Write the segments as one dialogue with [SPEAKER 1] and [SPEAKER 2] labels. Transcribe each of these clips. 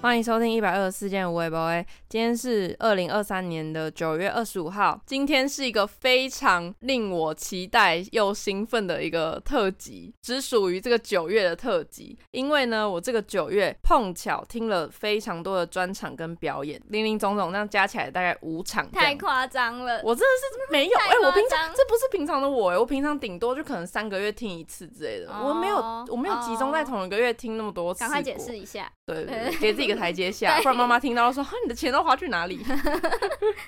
[SPEAKER 1] 欢迎收听一百二十四件无为 boy。今天是二零二三年的九月二十五号，今天是一个非常令我期待又兴奋的一个特辑，只属于这个九月的特辑。因为呢，我这个九月碰巧听了非常多的专场跟表演，零零总总，那加起来大概五场这样。
[SPEAKER 2] 太夸张了，
[SPEAKER 1] 我真的是没有，哎、
[SPEAKER 2] 太夸
[SPEAKER 1] 我平常
[SPEAKER 2] 张
[SPEAKER 1] 这不是平常的我、哎，我平常顶多就可能三个月听一次之类的，我没有，
[SPEAKER 2] 哦
[SPEAKER 1] 我没有集中在
[SPEAKER 2] 哦
[SPEAKER 1] 同一个月听那么多次。
[SPEAKER 2] 赶快解释。一下。
[SPEAKER 1] 对对，
[SPEAKER 2] 对
[SPEAKER 1] 对给自己一个台阶下，
[SPEAKER 2] 对
[SPEAKER 1] 不然妈妈听到说啊哈你的钱都花去哪 里。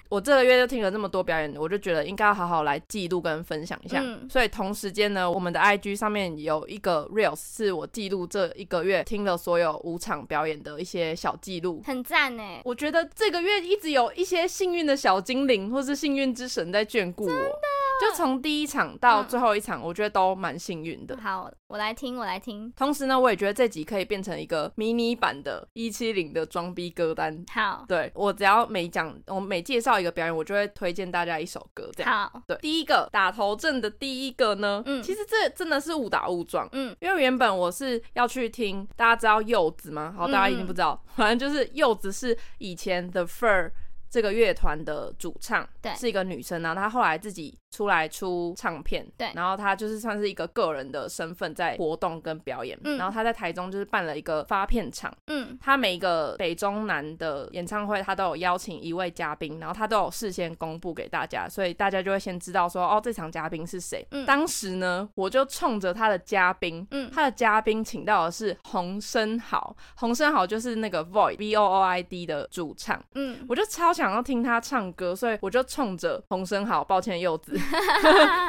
[SPEAKER 1] 我这个月就听了那么多表演，我就觉得应该要好好来记录跟分享一下。
[SPEAKER 2] 嗯
[SPEAKER 1] 所以同时间呢，我们的 IG 上面有一个 reels 是我记录这一个月听了所有五场表演的一些小记录。
[SPEAKER 2] 很赞欸呢，
[SPEAKER 1] 我觉得这个月一直有一些幸运的小精灵或是幸运之神在眷顾我，就从第一场到
[SPEAKER 2] 嗯
[SPEAKER 1] 最后一场，我觉得都蛮幸运的。
[SPEAKER 2] 好，我来听，我来听。
[SPEAKER 1] 同时呢，我也觉得这集可以变成一个迷你版的一七零的装逼歌单。
[SPEAKER 2] 好，
[SPEAKER 1] 对我只要每讲，我每介绍一个表演，我就会推荐大家一首歌，这样。
[SPEAKER 2] 好，
[SPEAKER 1] 对，第一个打头阵的第一个呢，
[SPEAKER 2] 嗯
[SPEAKER 1] 其实这真的是误打误撞。
[SPEAKER 2] 嗯，
[SPEAKER 1] 因为原本我是要去听，大家知道柚子吗？好，大家一
[SPEAKER 2] 嗯
[SPEAKER 1] 定不知道， 反正就是柚子是以前 The Fur 这个乐团的主唱，
[SPEAKER 2] 对
[SPEAKER 1] 是一个女生，然后她后来自己出来出唱片，
[SPEAKER 2] 对
[SPEAKER 1] 然后她就是算是一个个人的身份在活动跟表演，
[SPEAKER 2] 嗯
[SPEAKER 1] 然后她在台中就是办了一个发片场，
[SPEAKER 2] 嗯，
[SPEAKER 1] 他每一个北中南的演唱会，他都有邀请一位嘉宾，然后他都有事先公布给大家，所以大家就会先知道说，哦，这场嘉宾是谁。
[SPEAKER 2] 嗯
[SPEAKER 1] 当时呢，我就冲着他的嘉宾，
[SPEAKER 2] 嗯
[SPEAKER 1] 他的嘉宾请到的是洪生豪，洪生豪就是那个 Void V O O I D 的主唱，
[SPEAKER 2] 嗯，
[SPEAKER 1] 我就超想要听他唱歌，所以我就冲着洪生豪，抱歉柚子，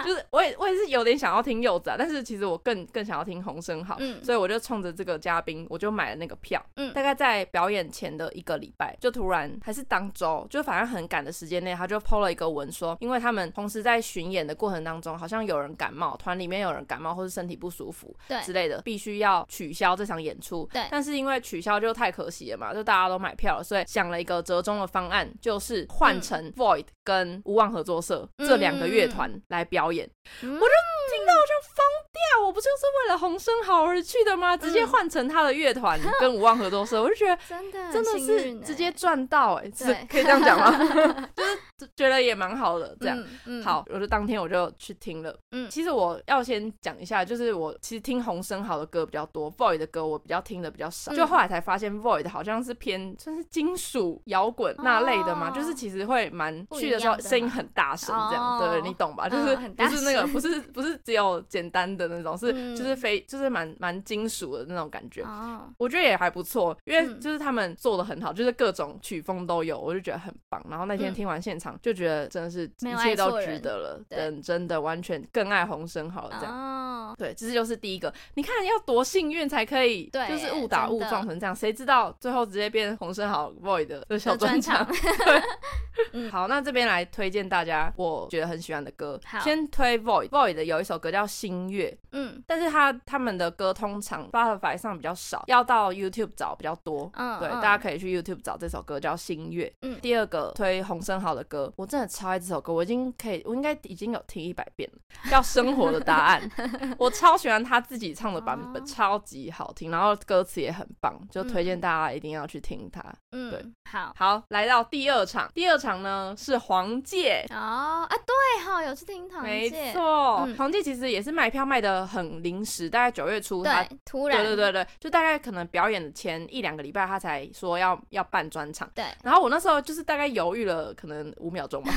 [SPEAKER 1] 就是我也我也是有点想要听柚子啊，但是其实我更更想要听洪生豪，
[SPEAKER 2] 嗯
[SPEAKER 1] 所以我就冲着这个嘉宾，我就买了那个票，
[SPEAKER 2] 嗯
[SPEAKER 1] 大概在表演前的一个礼拜，就突然还是当周，就反正很赶的时间内，他就 PO 了一个文说，因为他们同时在巡演的过程当中，好像有人感冒，团里面有人感冒或是身体不舒服，
[SPEAKER 2] 对
[SPEAKER 1] 之类的，必须要取消这场演出。
[SPEAKER 2] 对
[SPEAKER 1] 但是因为取消就太可惜了嘛，就大家都买票了，所以想了一个折中的方案，就是换成 Void 跟无望合作社、
[SPEAKER 2] 嗯
[SPEAKER 1] 这两个乐团来表演。
[SPEAKER 2] 嗯
[SPEAKER 1] 我就听到我就疯掉，我不就是为了洪生豪而去的吗？直接换成他的乐团跟无望合作社，我就觉得。
[SPEAKER 2] 真的
[SPEAKER 1] 真的是
[SPEAKER 2] 欸
[SPEAKER 1] 直接赚到哎、是
[SPEAKER 2] 对
[SPEAKER 1] 可以这样讲吗？就是觉得也蛮好的，这样。，
[SPEAKER 2] 嗯嗯
[SPEAKER 1] 好，我就当天我就去听了。
[SPEAKER 2] 嗯
[SPEAKER 1] 其实我要先讲一下，就是我其实听洪生豪的歌比较多，Void 的歌我比较听的比较少。
[SPEAKER 2] 嗯
[SPEAKER 1] 就后来才发现，Void 好像是偏算是金属摇滚那类的嘛，
[SPEAKER 2] 哦
[SPEAKER 1] 就是其实会蛮
[SPEAKER 2] 不一
[SPEAKER 1] 去的时候
[SPEAKER 2] 样的
[SPEAKER 1] 声音很大声，这样、
[SPEAKER 2] 哦
[SPEAKER 1] 对你懂吧？
[SPEAKER 2] 嗯
[SPEAKER 1] 就是
[SPEAKER 2] 很
[SPEAKER 1] 不
[SPEAKER 2] 大
[SPEAKER 1] 是那个
[SPEAKER 2] 声
[SPEAKER 1] 不是不是只有简单的那种，是、
[SPEAKER 2] 嗯
[SPEAKER 1] 就是非就是蛮蛮金属的那种感觉。
[SPEAKER 2] 哦，
[SPEAKER 1] 我觉得也还不错，因为
[SPEAKER 2] 嗯
[SPEAKER 1] 就是他们做的很好，就是各种曲风都有，我就觉得很棒。然后那天
[SPEAKER 2] 嗯
[SPEAKER 1] 听完现场，就觉得真的是
[SPEAKER 2] 没
[SPEAKER 1] 一
[SPEAKER 2] 有
[SPEAKER 1] 切
[SPEAKER 2] 爱
[SPEAKER 1] 都
[SPEAKER 2] 错
[SPEAKER 1] 值
[SPEAKER 2] 人
[SPEAKER 1] 得了，
[SPEAKER 2] 对
[SPEAKER 1] 真真的完全更爱洪生好了这样。
[SPEAKER 2] 哦，
[SPEAKER 1] 对，这就是第一个。你看要多幸运才可以，
[SPEAKER 2] 对
[SPEAKER 1] 就是误打误撞
[SPEAKER 2] 真的
[SPEAKER 1] 成这样，谁知道最后直接变洪生豪 Void 的的小
[SPEAKER 2] 的专
[SPEAKER 1] 专场。
[SPEAKER 2] 嗯
[SPEAKER 1] 好，那这边来推荐大家我觉得很喜欢的歌
[SPEAKER 2] 好，
[SPEAKER 1] 先推 Void。Void 的有一首歌叫《星月》，
[SPEAKER 2] 嗯
[SPEAKER 1] 但是他他们的歌通常 Spotify 上比较少，要到 YouTube 找比较多。
[SPEAKER 2] 嗯，
[SPEAKER 1] 对，
[SPEAKER 2] 嗯
[SPEAKER 1] 大家可以去 YouTube 找这首歌叫《星月》。
[SPEAKER 2] 嗯
[SPEAKER 1] 第二个推洪生豪的歌，我真的超爱这首歌，我已经可以，我应该已经有听一百遍了。叫《生活的答 案》，我超喜欢他自己唱的版本，
[SPEAKER 2] 哦
[SPEAKER 1] 超级好听，然后歌词也很棒，就推荐
[SPEAKER 2] 嗯
[SPEAKER 1] 大家一定要去听它。
[SPEAKER 2] 嗯，好，
[SPEAKER 1] 好，来到第二场，第二场呢是黄玠。
[SPEAKER 2] 哦，啊，对哈，有去听唐
[SPEAKER 1] 没
[SPEAKER 2] 姐，
[SPEAKER 1] 错，
[SPEAKER 2] 嗯
[SPEAKER 1] 黄玠其实也是卖票卖的很临时，大概九月初他
[SPEAKER 2] 对，突然，
[SPEAKER 1] 对对对对，就大概可能表演的前一两个礼拜，他才说要要办专场。
[SPEAKER 2] 对
[SPEAKER 1] 然后我那时候就是大概犹豫了可能五秒钟 吧。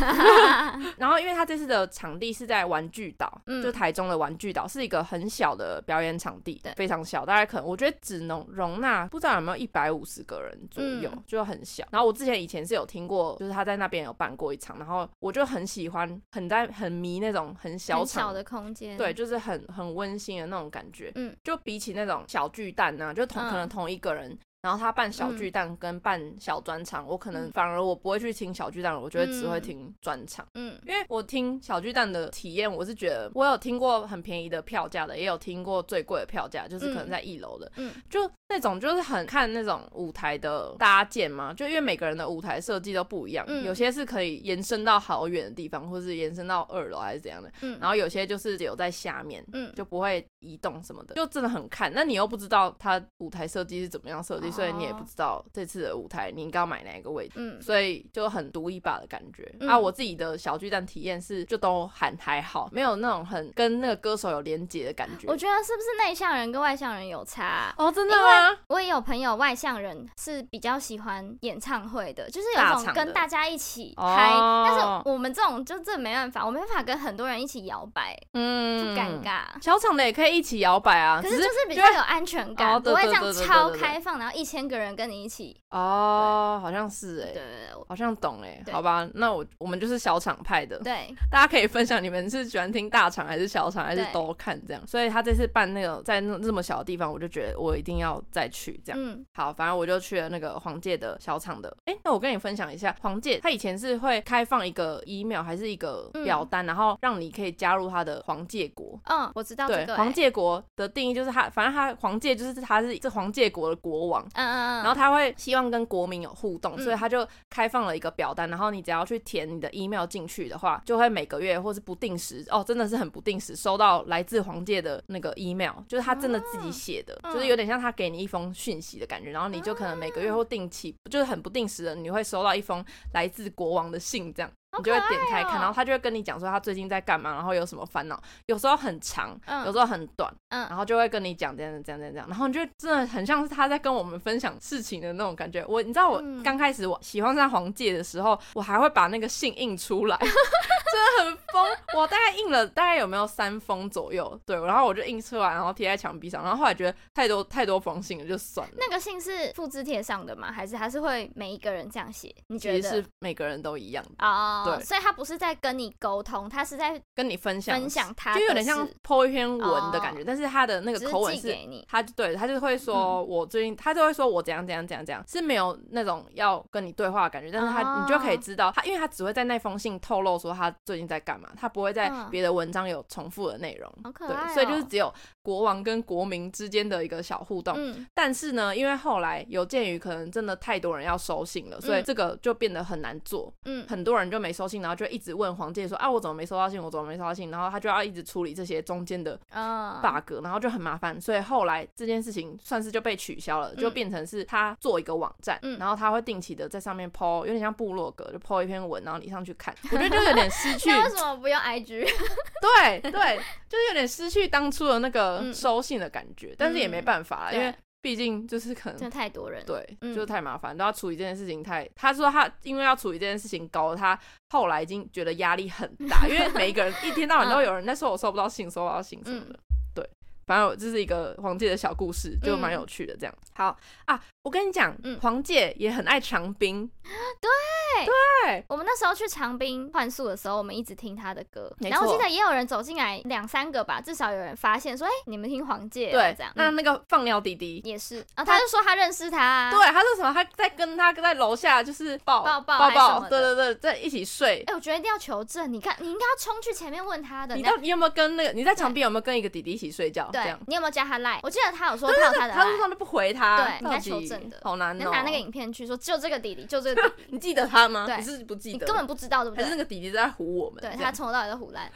[SPEAKER 1] 然后因为他这次的场地是在玩具岛，
[SPEAKER 2] 嗯
[SPEAKER 1] 就台中的玩具岛是一个很小的表演场地
[SPEAKER 2] 对，
[SPEAKER 1] 非常小，大概可能我觉得只能容纳不知道有没有一百五十个人左右，
[SPEAKER 2] 嗯
[SPEAKER 1] 就很小。然后我之前以前是有听过，就是他在那边有办过一场，然后我就很喜欢，很在很迷那种很小
[SPEAKER 2] 很
[SPEAKER 1] 场
[SPEAKER 2] 小的空间，
[SPEAKER 1] 对，，就是很很温馨的那种感觉。
[SPEAKER 2] 嗯，
[SPEAKER 1] 就比起那种小巨蛋啊，就同、可能
[SPEAKER 2] 嗯
[SPEAKER 1] 同一个人，然后他办小巨蛋跟办小专场，我可能
[SPEAKER 2] 嗯
[SPEAKER 1] 反而我不会去听小巨蛋，我就会只会
[SPEAKER 2] 嗯
[SPEAKER 1] 听专场。
[SPEAKER 2] 嗯
[SPEAKER 1] 因为我听小巨蛋的体验，我是觉得我有听过很便宜的票价的，也有听过最贵的票价，就是可能
[SPEAKER 2] 嗯
[SPEAKER 1] 在一楼的，
[SPEAKER 2] 嗯
[SPEAKER 1] 就那种就是很看那种舞台的搭建嘛，就因为每个人的舞台设计都不一样，
[SPEAKER 2] 嗯
[SPEAKER 1] 有些是可以延伸到好远的地方，或是延伸到二楼还是怎样的，
[SPEAKER 2] 嗯，
[SPEAKER 1] 然后有些就是留在下面，
[SPEAKER 2] 嗯
[SPEAKER 1] 就不会移动什么的，就真的很看。那你又不知道它舞台设计是怎么样设计，
[SPEAKER 2] 哦
[SPEAKER 1] 所以你也不
[SPEAKER 2] 哦
[SPEAKER 1] 知道这次的舞台你应该要买哪一个位置。
[SPEAKER 2] 嗯，
[SPEAKER 1] 所以就很独一把的感觉、
[SPEAKER 2] 嗯
[SPEAKER 1] 啊！我自己的小巨蛋体验是，就都还还好，没有那种很跟那个歌手有连结的感觉。
[SPEAKER 2] 我觉得是不是内向人跟外向人有差啊、
[SPEAKER 1] 哦，真的吗？
[SPEAKER 2] 我也有朋友外向人是比较喜欢演唱会的，就是有
[SPEAKER 1] 大
[SPEAKER 2] 一
[SPEAKER 1] 场的
[SPEAKER 2] 种跟大家一起
[SPEAKER 1] 哦
[SPEAKER 2] 嗨。但是我们这种就这没办法，我没办法跟很多人一起摇摆，就
[SPEAKER 1] 嗯，
[SPEAKER 2] 尴。尬。
[SPEAKER 1] 小场的也可以一起摇摆啊，
[SPEAKER 2] 可
[SPEAKER 1] 只
[SPEAKER 2] 是就是比
[SPEAKER 1] 觉
[SPEAKER 2] 较有安全
[SPEAKER 1] 哦
[SPEAKER 2] 感，
[SPEAKER 1] 对
[SPEAKER 2] 不会
[SPEAKER 1] 对对
[SPEAKER 2] 这样
[SPEAKER 1] 对对
[SPEAKER 2] 超
[SPEAKER 1] 对
[SPEAKER 2] 开放，然后一千个人跟你一起。
[SPEAKER 1] 哦，好像是哎、
[SPEAKER 2] 对对对我
[SPEAKER 1] 好像懂哎、
[SPEAKER 2] 对
[SPEAKER 1] 好吧，那我我们就是小场派的，
[SPEAKER 2] 对，
[SPEAKER 1] 大家可以分享你们是喜欢听大场还是小场，还是
[SPEAKER 2] 对
[SPEAKER 1] 都看这样。所以他这次办那个在那这么小的地方，我就觉得我一定要再去这样。
[SPEAKER 2] 嗯，
[SPEAKER 1] 好，反正我就去了那个黄界的小场的。哎、那我跟你分享一下，黄界他以前是会开放一个 email 还是一个表单，然后让你可以加入他的黄界国。
[SPEAKER 2] 嗯，我知道这
[SPEAKER 1] 对，
[SPEAKER 2] 个、欸。
[SPEAKER 1] 黄界国的定义就是他，反正他黄界就是他是这黄界国的国王，
[SPEAKER 2] 嗯嗯嗯，
[SPEAKER 1] 然后他会希望跟国民有互动，
[SPEAKER 2] 嗯
[SPEAKER 1] 所以他就开放了一个表单，然后你只要去填你的 email 进去的话，就会每个月或是不定时哦，真的是很不定时收到来自黄界的那个 email，就是他真的自己写的，
[SPEAKER 2] 嗯
[SPEAKER 1] 就是有点像他给你一封讯息的感觉，然后你就可能每个月或定期，就是很不定时的，你会收到一封来自国王的信这样。你就会点开看，
[SPEAKER 2] 哦
[SPEAKER 1] 然后他就会跟你讲说他最近在干嘛，然后有什么烦恼。有时候很长，有
[SPEAKER 2] 嗯
[SPEAKER 1] 时候很短，
[SPEAKER 2] 嗯
[SPEAKER 1] 然后就会跟你讲这样这样这样这样，然后你就真的很像是他在跟我们分享事情的那种感觉。我你知道我
[SPEAKER 2] 嗯
[SPEAKER 1] 刚开始我喜欢上黄界的时候，我还会把那个信印出 来，真的很疯。我大概印了大概有没有三封左右，对，然后我就印出来，然后贴在墙壁上，然后后来觉得太多太多封信了，就算了。
[SPEAKER 2] 那个信是复制贴上的吗？还是还是会每一个人这样写？你觉
[SPEAKER 1] 其
[SPEAKER 2] 得
[SPEAKER 1] 实是每个人都一样，
[SPEAKER 2] 哦，
[SPEAKER 1] 对
[SPEAKER 2] 所以他不是在跟你沟通，他是在
[SPEAKER 1] 跟你分享
[SPEAKER 2] 分享他的
[SPEAKER 1] 就
[SPEAKER 2] 事，哦
[SPEAKER 1] 有点像剖一篇文的感觉，但是他的那个
[SPEAKER 2] 只是
[SPEAKER 1] 口吻
[SPEAKER 2] 寄
[SPEAKER 1] 是
[SPEAKER 2] 给你。
[SPEAKER 1] 他就对他就会说，
[SPEAKER 2] 嗯
[SPEAKER 1] 我最近他就会说我怎样怎样怎样怎样，是没有那种要跟你对话的感觉，但是他、
[SPEAKER 2] 哦
[SPEAKER 1] 你就可以知道他，因为他只会在那封信透露说他最近在干嘛，他不会在
[SPEAKER 2] 嗯
[SPEAKER 1] 别的文章有重复的内容。
[SPEAKER 2] 好可爱、
[SPEAKER 1] 对，
[SPEAKER 2] 哦，
[SPEAKER 1] 所以就是只有国王跟国民之间的一个小互动，
[SPEAKER 2] 嗯
[SPEAKER 1] 但是呢，因为后来有鉴于可能真的太多人要收信了，所以
[SPEAKER 2] 嗯
[SPEAKER 1] 这个就变得很难做，
[SPEAKER 2] 嗯
[SPEAKER 1] 很多人就没收信，然后就一直问黄介说啊我怎么没收到信，我怎么没收到信，然后他就要一直处理这些中间的
[SPEAKER 2] 嗯
[SPEAKER 1] bug，然后就很麻烦，所以后来这件事情算是就被取消了，就
[SPEAKER 2] 嗯
[SPEAKER 1] 变成是他做一个网站，
[SPEAKER 2] 嗯
[SPEAKER 1] 然后他会定期的在上面 po，有点像部落格，就 po 一篇文，然后你上去 看，我觉得就有点失去，
[SPEAKER 2] 那为什么不用 IG？
[SPEAKER 1] 对对，就是有点失去当初的那个
[SPEAKER 2] 嗯
[SPEAKER 1] 收信的感觉，但是也没办法啦，因为
[SPEAKER 2] 对
[SPEAKER 1] 毕竟就是可
[SPEAKER 2] 真的
[SPEAKER 1] 能。
[SPEAKER 2] 太多人了。
[SPEAKER 1] 对，
[SPEAKER 2] 嗯
[SPEAKER 1] 就是太麻烦，都要处理这件事情太。他说他因为要处理这件事情，搞得他后来已经觉得压力很大，因为每一个人一天到晚都有人在说我收不到信，收不到信什么的。对，反正我这是一个黄界的小故事，就蛮有趣的。这样、嗯好啊，我跟你讲，
[SPEAKER 2] 嗯
[SPEAKER 1] 黄界也很爱长兵，
[SPEAKER 2] 我们那时候去长滨换宿的时候，我们一直听他的歌，
[SPEAKER 1] 没错
[SPEAKER 2] 然后我记得也有人走进来两三个吧，至少有人发现说，哎、你们听黄玠哦、
[SPEAKER 1] 对
[SPEAKER 2] 这样，。
[SPEAKER 1] 那
[SPEAKER 2] 嗯
[SPEAKER 1] 那个放尿滴滴。
[SPEAKER 2] 也是啊，他就说他认识他、啊，
[SPEAKER 1] 对，他说什么？他在跟他在楼下就是抱
[SPEAKER 2] 抱抱
[SPEAKER 1] 抱
[SPEAKER 2] 还是什
[SPEAKER 1] 抱，
[SPEAKER 2] 么
[SPEAKER 1] 对
[SPEAKER 2] 的
[SPEAKER 1] 对对，在一起睡。
[SPEAKER 2] 哎、我觉得一定要求证。你看，你应该要冲去前面问他的。
[SPEAKER 1] 你
[SPEAKER 2] 你要
[SPEAKER 1] 到底有没有跟那个你在墙壁有没有跟一个弟弟一起睡觉？这
[SPEAKER 2] 对
[SPEAKER 1] 样，
[SPEAKER 2] 你有没有加他 line？我记得他有说他有他的
[SPEAKER 1] 他就
[SPEAKER 2] line，
[SPEAKER 1] 说他不回他，
[SPEAKER 2] 对
[SPEAKER 1] 到底
[SPEAKER 2] 你在求证的
[SPEAKER 1] 好难
[SPEAKER 2] 你
[SPEAKER 1] 哦。
[SPEAKER 2] 拿那个影片去 说，就这个弟弟，就这个弟弟，
[SPEAKER 1] 你记得他吗？
[SPEAKER 2] 对
[SPEAKER 1] 你是不记
[SPEAKER 2] 你
[SPEAKER 1] 得？
[SPEAKER 2] 根本不知道，对不
[SPEAKER 1] 还是那
[SPEAKER 2] 对？
[SPEAKER 1] 个弟弟在唬我们？
[SPEAKER 2] 对
[SPEAKER 1] 这
[SPEAKER 2] 他
[SPEAKER 1] 样
[SPEAKER 2] 从头到尾都胡乱。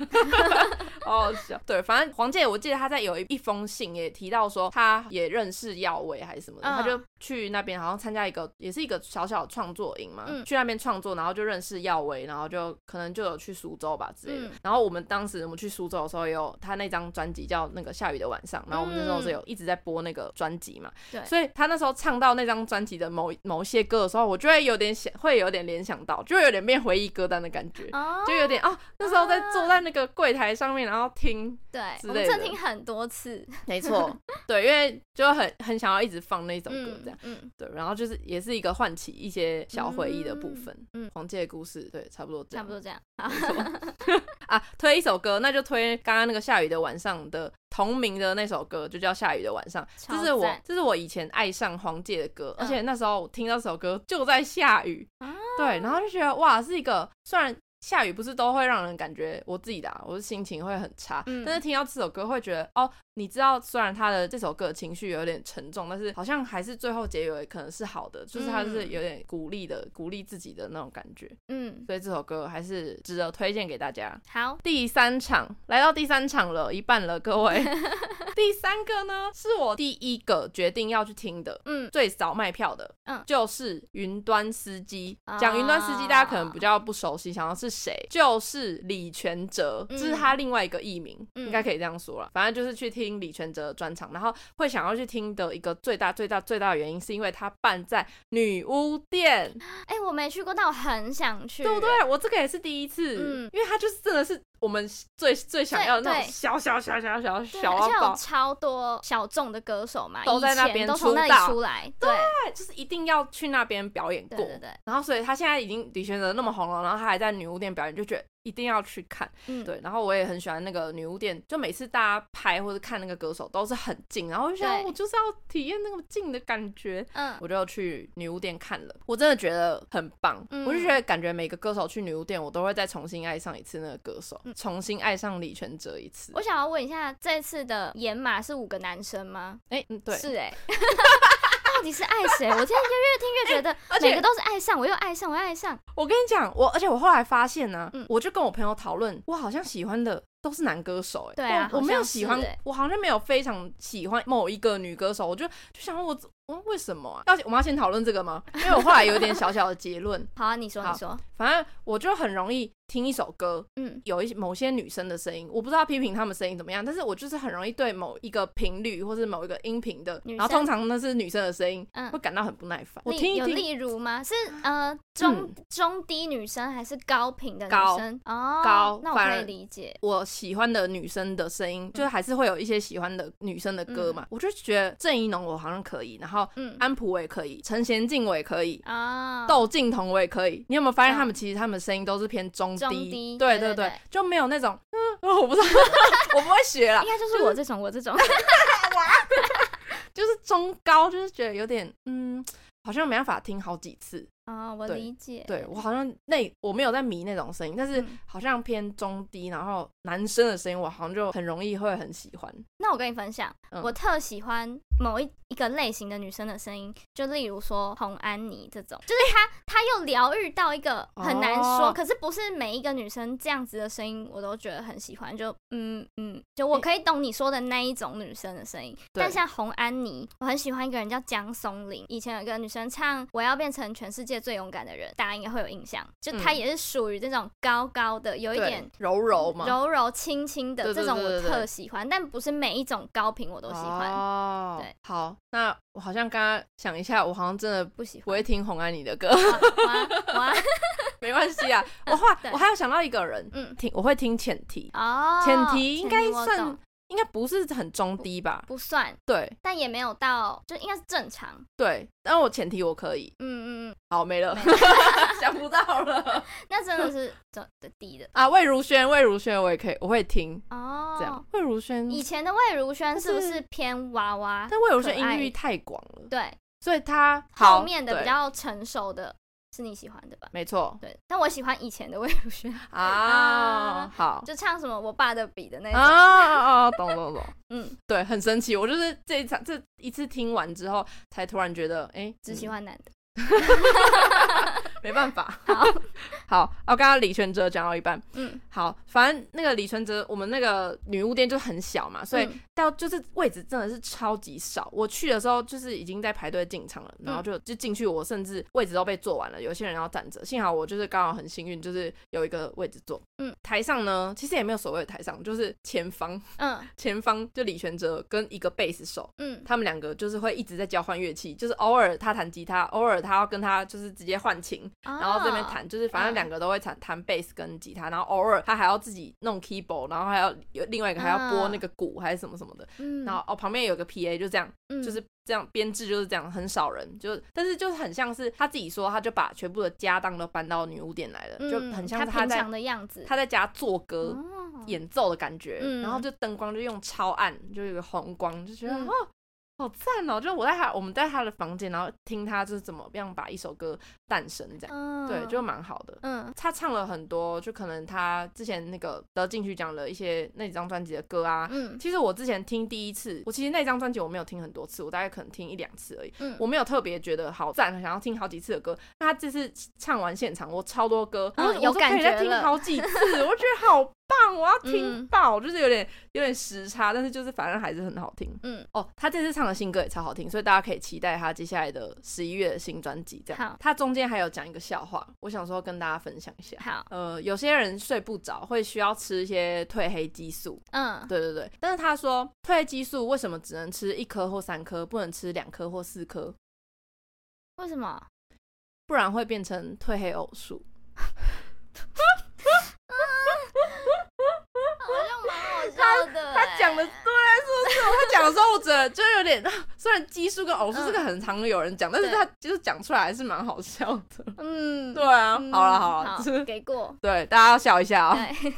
[SPEAKER 1] 好好笑。对，反正黄姐，我记得她在有一一封信也提到说，她也认识耀威还是什么的，
[SPEAKER 2] 嗯
[SPEAKER 1] 她就去那边好像参加一个也是一个小小的创作营嘛，
[SPEAKER 2] 嗯
[SPEAKER 1] 去那边创作，然后就认识耀威，然后就可能就有去苏州吧之类的。
[SPEAKER 2] 嗯
[SPEAKER 1] 然后我们当时我们去苏州的时候，也有她那张专辑叫那个下雨的晚上，然后我们那时候是有一直在播那个专辑嘛，
[SPEAKER 2] 嗯对
[SPEAKER 1] 所以她那时候唱到那张专辑的某某些歌的时候，我就会有点想，会有点联想到，就有点变回忆歌单的感觉。
[SPEAKER 2] 哦，
[SPEAKER 1] 就有点啊、那时候在
[SPEAKER 2] 啊
[SPEAKER 1] 坐在那个柜台上面，然后听，
[SPEAKER 2] 对，
[SPEAKER 1] 之
[SPEAKER 2] 我们
[SPEAKER 1] 类的
[SPEAKER 2] 这听很多次
[SPEAKER 1] 没错， 对，因为就很很想要一直放那种歌这样，
[SPEAKER 2] 嗯嗯
[SPEAKER 1] 对，然后就是也是一个唤起一些小回忆的部分，
[SPEAKER 2] 嗯
[SPEAKER 1] 嗯，
[SPEAKER 2] 嗯
[SPEAKER 1] 黄界的故事，对，差不多这
[SPEAKER 2] 差
[SPEAKER 1] 样，
[SPEAKER 2] 不多这样。
[SPEAKER 1] 啊，推一首歌，那就推刚刚那个下雨的晚上的同名的那首歌，就叫下雨的晚上，
[SPEAKER 2] 超
[SPEAKER 1] 这是我
[SPEAKER 2] 赞
[SPEAKER 1] 这是我以前爱上黄界的歌，而
[SPEAKER 2] 嗯
[SPEAKER 1] 且那时候我听到这首歌就在下雨，
[SPEAKER 2] 啊
[SPEAKER 1] 对，然后就觉得哇，是一个虽然下雨不是都会让人感觉我自己的、啊，我的心情会很差，
[SPEAKER 2] 嗯
[SPEAKER 1] 但是听到这首歌会觉得哦，你知道，虽然他的这首歌情绪有点沉重，但是好像还是最后结尾可能是好的，就是他是有点鼓励的，鼓励自己的那种感觉。
[SPEAKER 2] 嗯，
[SPEAKER 1] 所以这首歌还是值得推荐给大家。
[SPEAKER 2] 好，
[SPEAKER 1] 第三场来到第三场了，一半了，各 位。第三个呢，是我第一个决定要去听的，
[SPEAKER 2] 嗯，
[SPEAKER 1] 最早卖票的，
[SPEAKER 2] 嗯
[SPEAKER 1] 就是云端司机。
[SPEAKER 2] 啊
[SPEAKER 1] 讲云端司机，大家可能比较不熟悉，想要是谁，就是李全哲，这、
[SPEAKER 2] 嗯
[SPEAKER 1] 是他另外一个艺名，
[SPEAKER 2] 嗯
[SPEAKER 1] 应该可以这样说了。反正就是去听李全哲的专场，然后会想要去听的一个最大、最大、最大的原因，是因为他办在女巫店，
[SPEAKER 2] 哎、我没去过，但我很想去，
[SPEAKER 1] 对不？对？我这个也是第一次，
[SPEAKER 2] 嗯
[SPEAKER 1] 因为他就是真的是我们最最想要的那
[SPEAKER 2] 对
[SPEAKER 1] 种小小小小小
[SPEAKER 2] 对，
[SPEAKER 1] 小
[SPEAKER 2] 而
[SPEAKER 1] 到
[SPEAKER 2] 且有
[SPEAKER 1] 爆，
[SPEAKER 2] 超多小众的歌手嘛，
[SPEAKER 1] 都在那
[SPEAKER 2] 以前
[SPEAKER 1] 边
[SPEAKER 2] 都从那
[SPEAKER 1] 出道
[SPEAKER 2] 里出来，对
[SPEAKER 1] 对，啊就是一定要去那边表演过。
[SPEAKER 2] 对对对，
[SPEAKER 1] 然后所以他现在已经李玄哲那么红了，然后他还在女巫店表演，就觉得一定要去看。
[SPEAKER 2] 嗯，
[SPEAKER 1] 对，然后我也很喜欢那个女巫店，就每次大家拍或者看那个歌手都是很近，然后我就想
[SPEAKER 2] 对
[SPEAKER 1] 我就是要体验那个近的感觉。
[SPEAKER 2] 嗯，
[SPEAKER 1] 我就去女巫店看了，我真的觉得很棒。
[SPEAKER 2] 嗯
[SPEAKER 1] 我就觉得感觉每个歌手去女巫店，我都会再重新爱上一次那个歌手，
[SPEAKER 2] 嗯
[SPEAKER 1] 重新爱上李全哲一次。
[SPEAKER 2] 我想要问一下，这次的演马是五个男生吗？
[SPEAKER 1] 哎、嗯，对，
[SPEAKER 2] 是哎、 到底是爱谁？我现在越越听越觉得，
[SPEAKER 1] 而且
[SPEAKER 2] 每个都是爱上，我又爱上，我又爱上，
[SPEAKER 1] 我跟你讲，我而且我后来发现呢、
[SPEAKER 2] 嗯
[SPEAKER 1] 我就跟我朋友讨论，我好像喜欢的都是男歌手、欸，哎，
[SPEAKER 2] 对啊
[SPEAKER 1] 我我没有
[SPEAKER 2] 好像是
[SPEAKER 1] 喜欢
[SPEAKER 2] 欸，
[SPEAKER 1] 我好像没有非常喜欢某一个女歌手，我就就想我我为什么啊？要我们要先讨论这个吗？因为我后来有一点小小的结论，
[SPEAKER 2] 好、啊，你说，
[SPEAKER 1] 好
[SPEAKER 2] 你说，
[SPEAKER 1] 反正我就很容易听一首歌，
[SPEAKER 2] 嗯
[SPEAKER 1] 有一些某些女生的声音，我不知道批评她们声音怎么样，但是我就是很容易对某一个频率或是某一个音频的，
[SPEAKER 2] 女生
[SPEAKER 1] 然后通常那是女生的声音，
[SPEAKER 2] 嗯
[SPEAKER 1] 会，感到很不耐烦。我
[SPEAKER 2] 例
[SPEAKER 1] 听嗯一
[SPEAKER 2] 有
[SPEAKER 1] 听，
[SPEAKER 2] 例如吗？是呃中、中低女生还是高频的女
[SPEAKER 1] 高
[SPEAKER 2] 生？哦，
[SPEAKER 1] 高
[SPEAKER 2] 那我
[SPEAKER 1] 反
[SPEAKER 2] 可
[SPEAKER 1] 而
[SPEAKER 2] 以理解。
[SPEAKER 1] 我喜欢的女生的声音，
[SPEAKER 2] 嗯
[SPEAKER 1] 就是还是会有一些喜欢的女生的歌嘛，我就觉得郑怡农我好像可以，然后
[SPEAKER 2] 嗯
[SPEAKER 1] 安普我也可以，陈贤进我也可以。
[SPEAKER 2] 啊，
[SPEAKER 1] 窦靖童我也可以，你有没有发现
[SPEAKER 2] 懂
[SPEAKER 1] 他们其实他们声音都是偏中低，
[SPEAKER 2] 嗯中低
[SPEAKER 1] 对
[SPEAKER 2] 对对
[SPEAKER 1] 对
[SPEAKER 2] 对，
[SPEAKER 1] 就没有那种，嗯，我不知道， 我不会学啦
[SPEAKER 2] 应，该就是我这种，我 这种，
[SPEAKER 1] 就是中高，就是觉得有点，嗯，好像没办法听好几次。
[SPEAKER 2] 啊，我
[SPEAKER 1] 对
[SPEAKER 2] 理解。
[SPEAKER 1] 对我好像那我没有在迷那种声音，但是
[SPEAKER 2] 嗯
[SPEAKER 1] 好像偏中低，然后男生的声音我好像就很容易会很喜欢。
[SPEAKER 2] 那我跟你分享，
[SPEAKER 1] 嗯
[SPEAKER 2] 我特喜欢某一一个类型的女生的声音，就例如说红安妮这种，就是她，她又疗愈到一个很难说，
[SPEAKER 1] 哦
[SPEAKER 2] 可是不是每一个女生这样子的声音我都觉得很喜欢，就嗯嗯，就我可以懂你说的那一种女生的声音，
[SPEAKER 1] 对
[SPEAKER 2] 但像红安妮，我很喜欢一个人叫江松林，以前有一个女生唱《我要变成全世界最勇敢的人》，大家应该会有印象，就她
[SPEAKER 1] 嗯
[SPEAKER 2] 也是属于这种高高的，有一
[SPEAKER 1] 对
[SPEAKER 2] 点
[SPEAKER 1] 柔柔嘛，
[SPEAKER 2] 柔柔轻轻的
[SPEAKER 1] 对对
[SPEAKER 2] 这种
[SPEAKER 1] 对
[SPEAKER 2] 我
[SPEAKER 1] 对对
[SPEAKER 2] 特喜欢，但不是每一种高频我都喜欢，
[SPEAKER 1] 哦，
[SPEAKER 2] 对，
[SPEAKER 1] 好，那我好像刚刚想一下，我好像真的
[SPEAKER 2] 不喜
[SPEAKER 1] 不
[SPEAKER 2] 欢。
[SPEAKER 1] 会听红安妮的歌，
[SPEAKER 2] 哇哇哇！
[SPEAKER 1] 没关系 啊。我后来
[SPEAKER 2] 对
[SPEAKER 1] 我还有想到一个人，
[SPEAKER 2] 嗯，
[SPEAKER 1] 听我会听浅提，
[SPEAKER 2] 哦，
[SPEAKER 1] 浅提应该
[SPEAKER 2] 我
[SPEAKER 1] 算
[SPEAKER 2] 懂
[SPEAKER 1] 应该不是很中低吧？
[SPEAKER 2] 不算，
[SPEAKER 1] 对
[SPEAKER 2] 但也没有到，就应该是正常。
[SPEAKER 1] 对，但我浅提我可以，
[SPEAKER 2] 嗯嗯
[SPEAKER 1] 好没了， 想不到 了
[SPEAKER 2] 嗯，那真 的是这的低的
[SPEAKER 1] 啊。魏如萱，魏如萱我也可以，我会听。
[SPEAKER 2] 哦。
[SPEAKER 1] 这样，嗯魏如萱，
[SPEAKER 2] 以前的魏如萱是不
[SPEAKER 1] 但
[SPEAKER 2] 是
[SPEAKER 1] 是
[SPEAKER 2] 偏娃娃？
[SPEAKER 1] 但魏如萱
[SPEAKER 2] 可爱
[SPEAKER 1] 音域太广了，
[SPEAKER 2] 对，
[SPEAKER 1] 所以她好
[SPEAKER 2] 后面的
[SPEAKER 1] 对
[SPEAKER 2] 比较成熟的是你喜欢的吧？
[SPEAKER 1] 没错
[SPEAKER 2] 对，但我喜欢以前的魏 如萱，
[SPEAKER 1] 啊，
[SPEAKER 2] 啊
[SPEAKER 1] 好
[SPEAKER 2] 就唱什么我爸的笔的那
[SPEAKER 1] 啊
[SPEAKER 2] 种。
[SPEAKER 1] 啊，啊懂懂懂。
[SPEAKER 2] 嗯，
[SPEAKER 1] 对，很神奇。我就是这一场这一次听完之后，才突然觉得，哎、
[SPEAKER 2] 只喜
[SPEAKER 1] 嗯
[SPEAKER 2] 欢男的。
[SPEAKER 1] 没办法。
[SPEAKER 2] 好，
[SPEAKER 1] 好，哦我刚刚李全哲讲到一半，
[SPEAKER 2] 嗯，
[SPEAKER 1] 好，反正那个李全哲，我们那个女巫店就很小嘛，所以
[SPEAKER 2] 嗯
[SPEAKER 1] 到就是位置真的是超级少。我去的时候就是已经在排队进场了，然后就就进去，我甚至位置都被坐完了，有些人要站着。幸好我就是刚好很幸运，就是有一个位置坐。
[SPEAKER 2] 嗯，
[SPEAKER 1] 台上呢，其实也没有所谓的台上，就是前方，
[SPEAKER 2] 嗯
[SPEAKER 1] 前方就李全哲跟一个贝斯手，
[SPEAKER 2] 嗯
[SPEAKER 1] 他们两个就是会一直在交换乐器，就是偶尔他弹吉他，偶尔他要跟他就是直接换琴，然后这边
[SPEAKER 2] 哦
[SPEAKER 1] 弹，就是反正两个都会弹弹贝斯跟吉他，然后偶尔他还要自己弄 keyboard，然后还要有另外一个还要拨那个鼓还是什么什么的，
[SPEAKER 2] 嗯
[SPEAKER 1] 然后哦旁边有个 PA 就这样，
[SPEAKER 2] 嗯
[SPEAKER 1] 就是这样编制就是这样，很少人就，但是就是很像是他自己说，他就把全部的家当都搬到女巫店来了，就
[SPEAKER 2] 嗯
[SPEAKER 1] 很像是
[SPEAKER 2] 他
[SPEAKER 1] 他
[SPEAKER 2] 平
[SPEAKER 1] 在
[SPEAKER 2] 常的样子。
[SPEAKER 1] 他在家做歌，
[SPEAKER 2] 哦
[SPEAKER 1] 演奏的感觉，
[SPEAKER 2] 嗯
[SPEAKER 1] 然后就灯光就用超暗，就有一个红光，就觉得、
[SPEAKER 2] 嗯
[SPEAKER 1] 哦好赞哦！就我在他，我们在他的房间，然后听他就是怎么样把一首歌诞生这样，
[SPEAKER 2] 嗯，
[SPEAKER 1] 对，就蛮好的。
[SPEAKER 2] 嗯
[SPEAKER 1] 他唱了很多，就可能他之前那个得进去讲了一些那几张专辑的歌啊。
[SPEAKER 2] 嗯
[SPEAKER 1] 其实我之前听第一次，我其实那张专辑我没有听很多次，我大概可能听一两次而已。
[SPEAKER 2] 嗯，
[SPEAKER 1] 我没有特别觉得好赞，想要听好几次的歌。那他这次唱完现场，我超多 歌，
[SPEAKER 2] 嗯
[SPEAKER 1] 我就
[SPEAKER 2] 有
[SPEAKER 1] 我都可
[SPEAKER 2] 感
[SPEAKER 1] 以
[SPEAKER 2] 觉
[SPEAKER 1] 再听
[SPEAKER 2] 了
[SPEAKER 1] 好几次，我觉得好棒，我要听
[SPEAKER 2] 嗯
[SPEAKER 1] 爆，就是有点有点时差，但是就是反正还是很好听。
[SPEAKER 2] 嗯，
[SPEAKER 1] 哦，他这次唱的新歌也超好听，所以大家可以期待他接下来的十一月的新专辑。这样
[SPEAKER 2] 好，
[SPEAKER 1] 他中间还有讲一个笑话，我想说跟大家分享一下。
[SPEAKER 2] 好，
[SPEAKER 1] 呃，有些人睡不着，会需要吃一些褪黑激素。
[SPEAKER 2] 嗯
[SPEAKER 1] 对对对，但是他说褪黑激素为什么只能吃一颗或三颗，不能吃两颗或四颗？
[SPEAKER 2] 为什 么？
[SPEAKER 1] 不然会变成褪黑偶数。
[SPEAKER 2] 好像蛮好笑的欸。
[SPEAKER 1] 他讲的对，是不是？他讲的时候，我觉得就有点，虽然奇数跟偶数
[SPEAKER 2] 嗯
[SPEAKER 1] 这个很常有人讲，但是
[SPEAKER 2] 对
[SPEAKER 1] 他就是讲出来还是蛮好笑的。
[SPEAKER 2] 嗯，
[SPEAKER 1] 对啊，
[SPEAKER 2] 嗯
[SPEAKER 1] 好了好了，就是
[SPEAKER 2] 给 过。
[SPEAKER 1] 对大家要笑一下啊、
[SPEAKER 2] 对，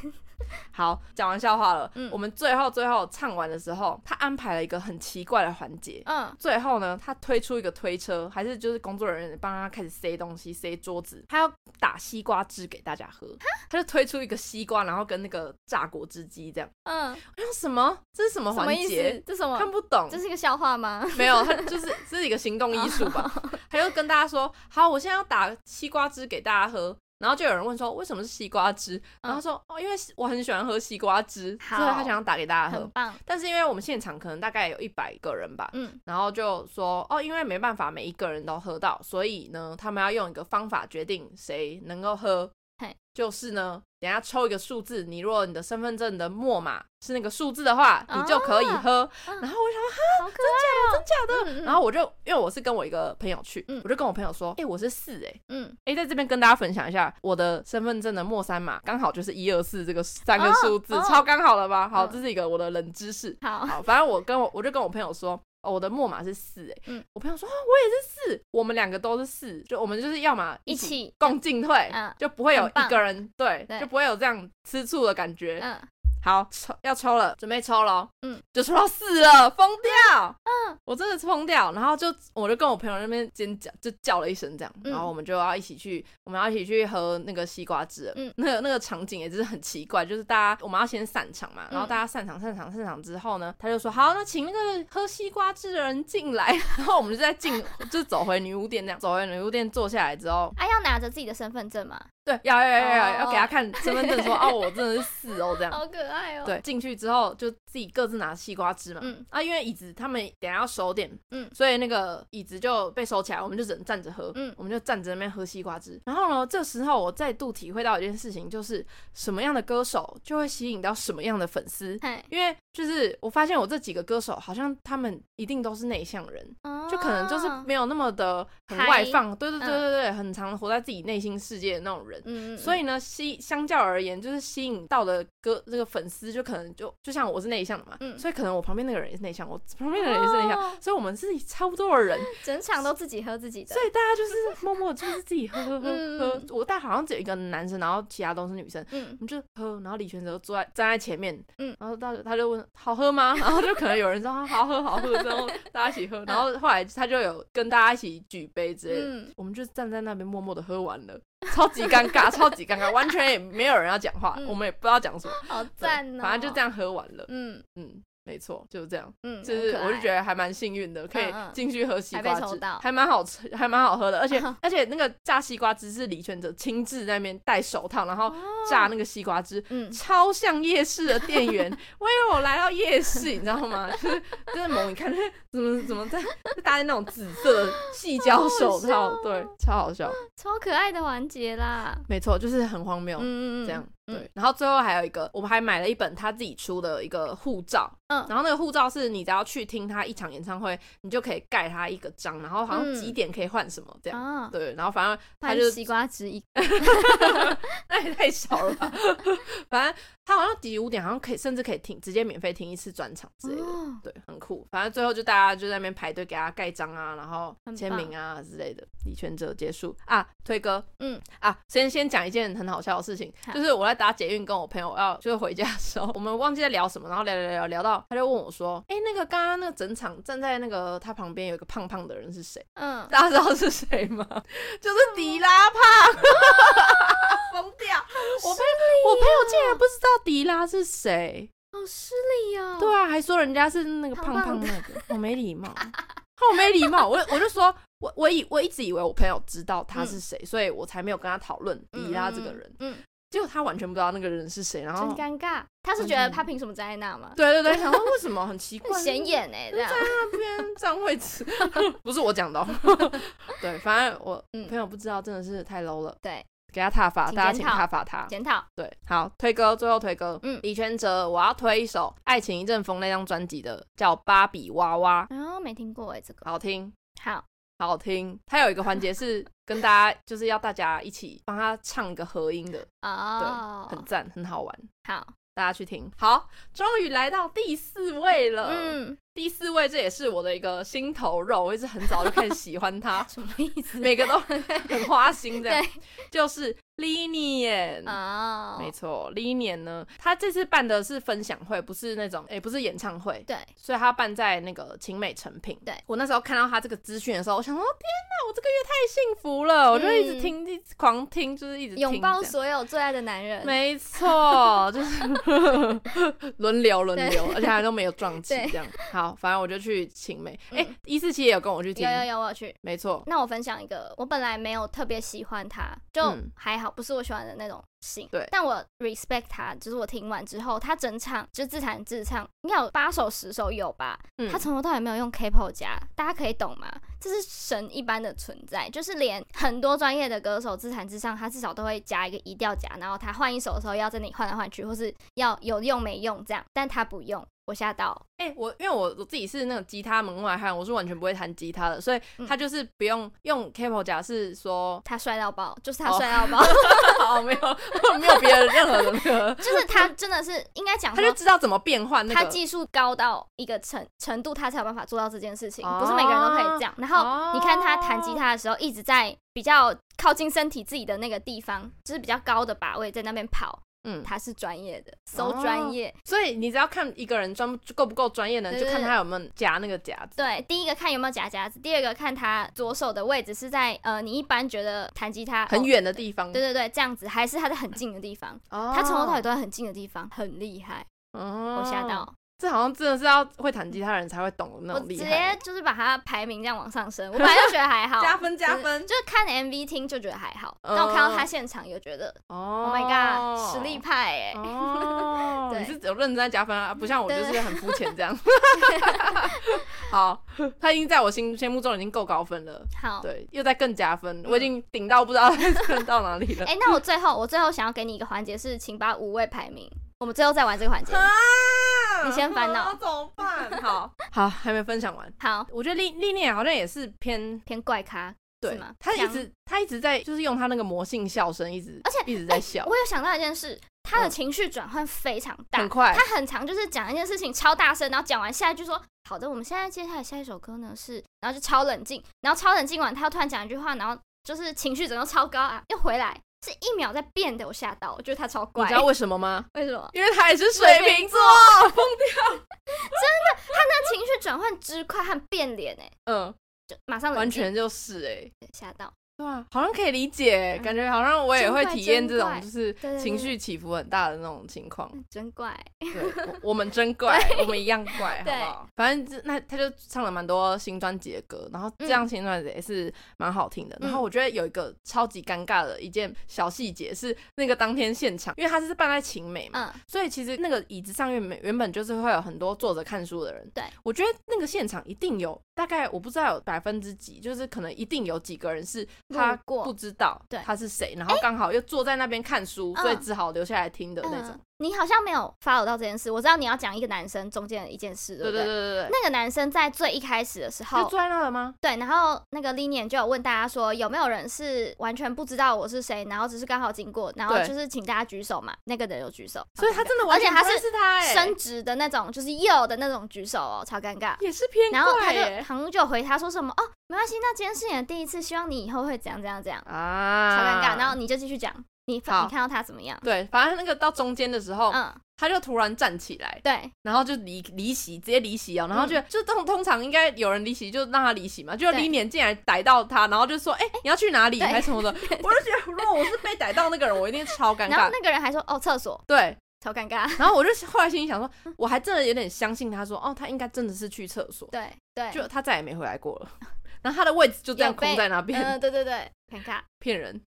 [SPEAKER 1] 好，讲完笑话了，
[SPEAKER 2] 嗯
[SPEAKER 1] 我们最后最后唱完的时候，他安排了一个很奇怪的环节。
[SPEAKER 2] 嗯
[SPEAKER 1] 最后呢，他推出一个推车，还是就是工作人员帮他开始塞东西、塞桌子，他要打西瓜汁给大家喝，他就推出一个西瓜，然后跟那个榨果汁机这样。
[SPEAKER 2] 嗯，
[SPEAKER 1] 我 想什么？这是什么
[SPEAKER 2] 什
[SPEAKER 1] 环
[SPEAKER 2] 么意思
[SPEAKER 1] 节？？
[SPEAKER 2] 这什么
[SPEAKER 1] 看？不懂
[SPEAKER 2] 这，是一个笑话吗？
[SPEAKER 1] 没有，他就是这是一个行动艺术 吧。他就跟大家说：“好，我现在要打西瓜汁给大家喝。”然后就有人问说：“为什么是西瓜汁？”然后他说：“哦，因为我很喜欢喝西瓜汁，所
[SPEAKER 2] 好
[SPEAKER 1] 以他想要打给大家
[SPEAKER 2] 很
[SPEAKER 1] 喝。
[SPEAKER 2] 棒。”
[SPEAKER 1] 但是因为我们现场可能大概有一百个人吧，
[SPEAKER 2] 嗯
[SPEAKER 1] 然后就说：“哦，因为没办法每一个人都喝到，所以呢，他们要用一个方法决定谁能够喝
[SPEAKER 2] 嘿。
[SPEAKER 1] 就是呢，等一下抽一个数字，你如果你的身份证的末码是那个数字的话，你就可以喝。
[SPEAKER 2] 啊
[SPEAKER 1] 然后我想说。
[SPEAKER 2] 好可爱哦，真假的，嗯嗯
[SPEAKER 1] 然后我就因为我是跟我一个朋友去，
[SPEAKER 2] 嗯
[SPEAKER 1] 我就跟我朋友说，哎、我是四、欸，哎、
[SPEAKER 2] 嗯，
[SPEAKER 1] 在这边跟大家分享一下我的身份证的末三码，刚好就是一二四这个三个
[SPEAKER 2] 哦
[SPEAKER 1] 数字，
[SPEAKER 2] 哦
[SPEAKER 1] 超刚好了吧？好，
[SPEAKER 2] 嗯
[SPEAKER 1] 这是一个我的冷知识。
[SPEAKER 2] 好，
[SPEAKER 1] 好，反正我跟我我就跟我朋友说。哦，我的末码是四哎、
[SPEAKER 2] 嗯
[SPEAKER 1] 我朋友说、啊我也是四，我们两个都是四，就我们就是要么
[SPEAKER 2] 一
[SPEAKER 1] 起
[SPEAKER 2] 起，
[SPEAKER 1] 共进退，
[SPEAKER 2] 嗯
[SPEAKER 1] 就不会有
[SPEAKER 2] 很棒
[SPEAKER 1] 一个人对，
[SPEAKER 2] 对
[SPEAKER 1] 就不会有这样吃醋的感觉。
[SPEAKER 2] 嗯
[SPEAKER 1] 好，抽要抽了，准备抽了，
[SPEAKER 2] 嗯，
[SPEAKER 1] 就抽到四了，疯掉，
[SPEAKER 2] 嗯，
[SPEAKER 1] 我真的是疯掉，然后就我就跟我朋友那边尖叫，就叫了一声这样，
[SPEAKER 2] 嗯
[SPEAKER 1] 然后我们就要一起去，我们要一起去喝那个西瓜汁了，
[SPEAKER 2] 嗯
[SPEAKER 1] 那个那个场景也真是很奇怪，就是大家我们要先散场嘛，
[SPEAKER 2] 嗯
[SPEAKER 1] 然后大家散场散场散场之后呢，他就说好，那请那个喝西瓜汁的人进来， 然后我们就在进，就走回女巫店这样，走回女巫店坐下来之后，
[SPEAKER 2] 啊，要拿着自己的身份证嘛，
[SPEAKER 1] 对，要要要要
[SPEAKER 2] 哦
[SPEAKER 1] 要给他看身份证说，哦，我真的是四哦这样，
[SPEAKER 2] 好可爱哦，
[SPEAKER 1] 对，进去之后就自己各自拿西瓜汁嘛。
[SPEAKER 2] 嗯
[SPEAKER 1] 啊，因为椅子他们等一下要收点，
[SPEAKER 2] 嗯
[SPEAKER 1] 所以那个椅子就被收起来，我们就只能站着喝，
[SPEAKER 2] 嗯
[SPEAKER 1] 我们就站着那边喝西瓜汁。然后呢，这时候我再度体会到一件事情，就是什么样的歌手就会吸引到什么样的粉丝，
[SPEAKER 2] 嗨，
[SPEAKER 1] 因为就是我发现我这几个歌手好像他们一定都是内向人，就可能就是
[SPEAKER 2] 哦
[SPEAKER 1] 没有那么的很
[SPEAKER 2] 嗨
[SPEAKER 1] 外放，对对对
[SPEAKER 2] 嗯
[SPEAKER 1] 对对，很常活在自己内心世界的那种人。
[SPEAKER 2] 嗯，嗯
[SPEAKER 1] 所以呢，吸相较而言，就是吸引到的歌这个粉丝，就可能就就像我是内向的嘛，
[SPEAKER 2] 嗯
[SPEAKER 1] 所以可能我旁边那个人也是内向，我旁边那个人也是内向，
[SPEAKER 2] 哦
[SPEAKER 1] 所以我们是差不多的 人，
[SPEAKER 2] 整场都自己喝自己的
[SPEAKER 1] 所，以大家就是默默就是自己喝喝喝喝。
[SPEAKER 2] 嗯
[SPEAKER 1] 我大概好像只有一个男生，然后其他都是女生。
[SPEAKER 2] 嗯
[SPEAKER 1] 我们就喝，然后李全哲坐在站在前面，
[SPEAKER 2] 嗯
[SPEAKER 1] 然后他他就问好喝吗？ 然后就可能有人说啊好喝好喝，然后大家一起喝，然后后来他就有跟大家一起举杯之类的，
[SPEAKER 2] 嗯，
[SPEAKER 1] 我们就站在那边默默的喝完了，超级尴尬，超级尴尬，完全也没有人要讲话，
[SPEAKER 2] 嗯
[SPEAKER 1] 我们也不知道讲什么，
[SPEAKER 2] 好
[SPEAKER 1] 对
[SPEAKER 2] 赞哦，
[SPEAKER 1] 反正就这
[SPEAKER 2] 样，
[SPEAKER 1] 样喝完了，
[SPEAKER 2] 嗯
[SPEAKER 1] 嗯。没错，就是这样，
[SPEAKER 2] 嗯，
[SPEAKER 1] 就是我就觉
[SPEAKER 2] 得，
[SPEAKER 1] 得还蛮幸运的，可以
[SPEAKER 2] 嗯嗯
[SPEAKER 1] 进去喝西
[SPEAKER 2] 还
[SPEAKER 1] 瓜
[SPEAKER 2] 被抽
[SPEAKER 1] 汁，
[SPEAKER 2] 到嗯
[SPEAKER 1] 还蛮好吃，还蛮好喝的，而且而且那个榨西瓜汁是李全哲亲自在那边戴手套，然
[SPEAKER 2] 哦
[SPEAKER 1] 后榨那个西瓜汁，
[SPEAKER 2] 嗯
[SPEAKER 1] 超像夜市的店员， 我以为我来到夜市，你知道吗？就是真的猛一看， 就是怎么怎么在就搭在那种紫色的细胶手
[SPEAKER 2] 好好
[SPEAKER 1] 套，
[SPEAKER 2] 笑啊
[SPEAKER 1] 对，超好笑，
[SPEAKER 2] 超可爱的环节啦，
[SPEAKER 1] 没错，就是很荒谬。
[SPEAKER 2] 嗯嗯，嗯
[SPEAKER 1] 哦这样，
[SPEAKER 2] 嗯
[SPEAKER 1] 对，然后最后还有一个，我们还买了一本他自己出的一个护照，
[SPEAKER 2] 嗯
[SPEAKER 1] 然后那个护照是你只要去听他一场演唱会，你就可以盖他一个章，然后好像
[SPEAKER 2] 嗯
[SPEAKER 1] 几点可以换什么这样，
[SPEAKER 2] 啊，
[SPEAKER 1] 对，然后反正他
[SPEAKER 2] 换
[SPEAKER 1] 就
[SPEAKER 2] 西瓜汁一，
[SPEAKER 1] 那也太少了吧。反正他好像第五点好像可以，甚至可以听直接免费听一次专场之类的。
[SPEAKER 2] 哦
[SPEAKER 1] 对，很酷。反正最后就大家就在那边排队给他盖章啊，然后
[SPEAKER 2] 很棒
[SPEAKER 1] 签名啊之类的。李全哲结束啊，推歌，
[SPEAKER 2] 嗯
[SPEAKER 1] 啊，先先讲一件很好笑的事情，
[SPEAKER 2] 好
[SPEAKER 1] 就是我在搭捷运跟我朋友要就是回家的时候，我们忘记在聊什么，然后聊聊聊聊到他就问我说：“哎、那个刚刚那个整场站在那个他旁边有一个胖胖的人是谁？
[SPEAKER 2] 嗯，
[SPEAKER 1] 大家知道是谁吗？ 就是迪拉胖，疯掉！我朋我
[SPEAKER 2] 啊
[SPEAKER 1] 朋友竟然不知道迪拉是谁，
[SPEAKER 2] 好失礼哦。
[SPEAKER 1] 对啊，还说人家是那个胖
[SPEAKER 2] 胖
[SPEAKER 1] 胖那个，好没礼貌，好没礼貌。我我就说，我我以我一直以为我朋友知道他是谁，所以我才没有跟他讨论
[SPEAKER 2] 嗯，
[SPEAKER 1] 迪拉这个人。
[SPEAKER 2] 嗯，嗯，
[SPEAKER 1] 结果他完全不知道那个人是谁，然
[SPEAKER 2] 真
[SPEAKER 1] 后
[SPEAKER 2] 尴尬。他是觉得他凭什么站在那吗？
[SPEAKER 1] 对对对，想说为什么很奇怪，
[SPEAKER 2] 很显眼哎，这样
[SPEAKER 1] 那边占位 置，不是我讲的哦，对，反正我
[SPEAKER 2] 嗯
[SPEAKER 1] 朋友不知道，真的是太 low 了，
[SPEAKER 2] 对，
[SPEAKER 1] 给他踏法，
[SPEAKER 2] 请
[SPEAKER 1] 大家
[SPEAKER 2] 检
[SPEAKER 1] 请
[SPEAKER 2] 讨
[SPEAKER 1] 踏法他，
[SPEAKER 2] 检讨。
[SPEAKER 1] 对，好，推歌，最后推歌，
[SPEAKER 2] 嗯
[SPEAKER 1] 李全哲，我要推一首《爱情一阵风》那张专辑的，叫《芭比娃娃》，
[SPEAKER 2] 哦，没听过哎，这个
[SPEAKER 1] 好听，
[SPEAKER 2] 好，
[SPEAKER 1] 好听。它有一个环节 是跟大家，就是要大家一起帮他唱一个合音的，
[SPEAKER 2] 哦，
[SPEAKER 1] 很赞，很好玩，
[SPEAKER 2] 好，
[SPEAKER 1] 大家去听。好，终于来到第四位了，
[SPEAKER 2] 嗯，，
[SPEAKER 1] 第四位这也是我的一个心头肉，我一直很早就开始喜欢他
[SPEAKER 2] 什么意思？
[SPEAKER 1] 每个都很很花心这样
[SPEAKER 2] 对，
[SPEAKER 1] 就是 Linian。
[SPEAKER 2] 哦，
[SPEAKER 1] 没错 l i n i a n 呢，他这次办的是分享会，不是那种，诶、不是演唱会，
[SPEAKER 2] 对，
[SPEAKER 1] 所以他办在那个晴美成品。
[SPEAKER 2] 对
[SPEAKER 1] 我那时候看到他这个资讯的时候，我想说，天哪，我这个月太幸福了，我就一直听，一直狂听，就是一直听
[SPEAKER 2] 嗯拥抱
[SPEAKER 1] 这样
[SPEAKER 2] 所有最爱的男人。
[SPEAKER 1] 没错，就是 轮流轮流，而且还都没有撞期
[SPEAKER 2] 对嗯
[SPEAKER 1] 这样。好，反正我就去晴美，哎、一四七也有跟我去听
[SPEAKER 2] 有，有有，我有去。
[SPEAKER 1] 没错，
[SPEAKER 2] 那我分享一个，我本来没有特别喜欢他，就
[SPEAKER 1] 嗯
[SPEAKER 2] 还好，不是我喜欢的那种型。
[SPEAKER 1] 对
[SPEAKER 2] 但我 respect 他，就是我听完之后，他整场就自弹自唱，应该有八首十首有吧。
[SPEAKER 1] 嗯
[SPEAKER 2] 他从头到尾没有用 K-pop 加，大家可以懂吗？这是神一般的存在，就是连很多专业的歌手自弹自唱，他至少都会加一个移调夹，然后他换一首的时候要在那里换来换去，或是要有用没用这样，但他不用，我吓到。
[SPEAKER 1] 哎、我因为我我自己是那种吉他门外汉，我是完全不会弹吉他的，所以
[SPEAKER 2] 嗯
[SPEAKER 1] 他就是不用用 K-pop 夹，是说
[SPEAKER 2] 他帅到爆，就是他
[SPEAKER 1] 哦
[SPEAKER 2] 帅到爆
[SPEAKER 1] 好没有没有别的任何的那 个，
[SPEAKER 2] 就是他真的是应该讲
[SPEAKER 1] 他
[SPEAKER 2] 说
[SPEAKER 1] 就知道怎么变换那
[SPEAKER 2] 嗯他
[SPEAKER 1] 个。
[SPEAKER 2] 技术高到一个程程度，他才有办法做到这件事情，
[SPEAKER 1] 哦
[SPEAKER 2] 不是每个人都可以这样。然后
[SPEAKER 1] 哦
[SPEAKER 2] 你看他弹吉他的时候，一直在比较靠近身体自己的那个地方，就是比较高的把位在那边跑，
[SPEAKER 1] 嗯，
[SPEAKER 2] 他是专业的
[SPEAKER 1] 哦
[SPEAKER 2] ，so 专业。
[SPEAKER 1] 所以你只要看一个人专不够不够专业呢，
[SPEAKER 2] 对
[SPEAKER 1] 就
[SPEAKER 2] 对
[SPEAKER 1] 看
[SPEAKER 2] 对
[SPEAKER 1] 他有没有夹那个夹子。
[SPEAKER 2] 对，第一个看有没有夹夹子，第二个看他左手的位置是在呃，你一般觉得弹吉他
[SPEAKER 1] 很、
[SPEAKER 2] 哦
[SPEAKER 1] 远的地方，
[SPEAKER 2] 对对对，这样子，还是他在很近的地方，
[SPEAKER 1] 哦
[SPEAKER 2] 他从头到尾都在很近的地方，很厉害，
[SPEAKER 1] 哦
[SPEAKER 2] 我吓到。
[SPEAKER 1] 这好像真的是要会弹吉他的人才会懂的那
[SPEAKER 2] 我
[SPEAKER 1] 种
[SPEAKER 2] 直
[SPEAKER 1] 厉
[SPEAKER 2] 接
[SPEAKER 1] 害。
[SPEAKER 2] 就是把它排名这样往上升，我本来就觉得还好，
[SPEAKER 1] 加分加分
[SPEAKER 2] 就是看 MV 听就觉得还好，
[SPEAKER 1] 嗯
[SPEAKER 2] 但我看到他现场有觉得、
[SPEAKER 1] 哦
[SPEAKER 2] o h，Oh my god，实力派哎、
[SPEAKER 1] 哦
[SPEAKER 2] 对
[SPEAKER 1] 你是有认真在加分啊，不像我就
[SPEAKER 2] 对
[SPEAKER 1] 是很肤浅 这样。好，他已经在我心心目中已经够高分了，
[SPEAKER 2] 好，嗯
[SPEAKER 1] 对，又在更加分，我已经顶到不知道 到哪里了
[SPEAKER 2] 哎、。那我最后我最后想要给你一个环节是，请把五位排名，我们最后再玩这个环节。
[SPEAKER 1] 啊
[SPEAKER 2] 你先烦恼
[SPEAKER 1] 啊 怎么办？ 好好，还没分享完。
[SPEAKER 2] 好，
[SPEAKER 1] 我觉得历历练好像也是偏
[SPEAKER 2] 偏怪咖，
[SPEAKER 1] 对
[SPEAKER 2] 是吗，
[SPEAKER 1] 他一
[SPEAKER 2] 强
[SPEAKER 1] 直他一直在就是用他那个魔性笑声，一直
[SPEAKER 2] 而且哎
[SPEAKER 1] 一直在笑，
[SPEAKER 2] 我有想到一件事，他的
[SPEAKER 1] 嗯
[SPEAKER 2] 情绪转换非常大，
[SPEAKER 1] 很快。
[SPEAKER 2] 他很常就是讲一件事情超大声，然后讲完下一句说好的，我们现在接下来下一首歌呢是，然后就超冷静，然后超冷静完，他又突然讲一句话，然后就是情绪整个超高啊，又回来，是一秒在变的，我吓到，我觉得他超
[SPEAKER 1] 你
[SPEAKER 2] 怪
[SPEAKER 1] 知，道为什么 吗？
[SPEAKER 2] 为什么？
[SPEAKER 1] 因为他也是水瓶座。
[SPEAKER 2] 那情绪转换之快和变脸哎、
[SPEAKER 1] 嗯，
[SPEAKER 2] 就马上冷静
[SPEAKER 1] 完全就是哎、欸，
[SPEAKER 2] 吓到，
[SPEAKER 1] 对啊，好像可以理解，
[SPEAKER 2] 嗯
[SPEAKER 1] 感觉好像我也会体验这
[SPEAKER 2] 真
[SPEAKER 1] 种
[SPEAKER 2] 怪
[SPEAKER 1] 就是
[SPEAKER 2] 对对嗯对
[SPEAKER 1] 情绪起伏很大的那种情况。
[SPEAKER 2] 真怪，
[SPEAKER 1] 对， 我我们真怪，我们一样怪，好
[SPEAKER 2] 对
[SPEAKER 1] 不好？反正这那他就唱了蛮多新专辑的歌，然后这张新专辑也是蛮好听的。
[SPEAKER 2] 嗯
[SPEAKER 1] 然后我觉得有一个超级尴尬的一件小细节是，那个当天现场，因为他是办在晴美嘛，
[SPEAKER 2] 嗯，
[SPEAKER 1] 所以其实那个椅子上面原原本就是会有很多坐着看书的人。
[SPEAKER 2] 对，
[SPEAKER 1] 我觉得那个现场一定有大概我不知道有百分之几，就是可能一定有几个人是他
[SPEAKER 2] 路过
[SPEAKER 1] 不知道
[SPEAKER 2] 对
[SPEAKER 1] 他是谁，然后刚好又坐在那边看书，
[SPEAKER 2] 嗯
[SPEAKER 1] 所以只好留下来听的那种
[SPEAKER 2] 嗯。，你好像没有 follow 到这件事，我知道你要讲一个男生中间的一件事，
[SPEAKER 1] 对
[SPEAKER 2] 对不
[SPEAKER 1] 对对对对，
[SPEAKER 2] 那个男生在最一开始的时
[SPEAKER 1] 就
[SPEAKER 2] 候，
[SPEAKER 1] 坐在那了吗？
[SPEAKER 2] 对，然后那个 Linian 就有问大家说，有没有人是完全不知道我是谁，然后只是刚好经过，然后
[SPEAKER 1] 对
[SPEAKER 2] 就是请大家举手嘛。那个人有举手，
[SPEAKER 1] 所以他
[SPEAKER 2] 超尴
[SPEAKER 1] 真的
[SPEAKER 2] 尬
[SPEAKER 1] 完全
[SPEAKER 2] 而且他
[SPEAKER 1] 不认
[SPEAKER 2] 是
[SPEAKER 1] 识他哎、
[SPEAKER 2] 伸直的那种，就是右的那种举手哦，超尴尬。
[SPEAKER 1] 也是偏
[SPEAKER 2] 然后他
[SPEAKER 1] 怪欸
[SPEAKER 2] 就
[SPEAKER 1] 耶、
[SPEAKER 2] 好像就回他说什么哦，没关系，那今天是你的第一次，希望你以后会怎样怎样怎样，
[SPEAKER 1] 啊，
[SPEAKER 2] 超尴尬。然后你就继续讲，你你
[SPEAKER 1] 好哦
[SPEAKER 2] 看到他怎么样？
[SPEAKER 1] 对，反正那个到中间的时候，
[SPEAKER 2] 嗯，
[SPEAKER 1] 他就突然站起来，
[SPEAKER 2] 对，
[SPEAKER 1] 然后就离离席，直接离席
[SPEAKER 2] 嗯
[SPEAKER 1] 哦。然后就、就通通常应该有人离席，就让他离席嘛。就
[SPEAKER 2] 对
[SPEAKER 1] 李撵进来逮到他，然后就说：“哎、你要去哪里？”
[SPEAKER 2] 对
[SPEAKER 1] 还什 么的。我就觉得，如果我是被逮到那个人，我一定超尴
[SPEAKER 2] 然后
[SPEAKER 1] 尬。
[SPEAKER 2] 那个人还说哦厕所，
[SPEAKER 1] 对，
[SPEAKER 2] 超尴尬，
[SPEAKER 1] 然后我就后来心里想说，我还真的有点相信他说，哦，他应该真的是去厕所，
[SPEAKER 2] 对对，
[SPEAKER 1] 就他再也没回来过了。然后他的位置就这样
[SPEAKER 2] 有被
[SPEAKER 1] 空在那边，
[SPEAKER 2] 嗯对对对，尴尬，
[SPEAKER 1] 骗人。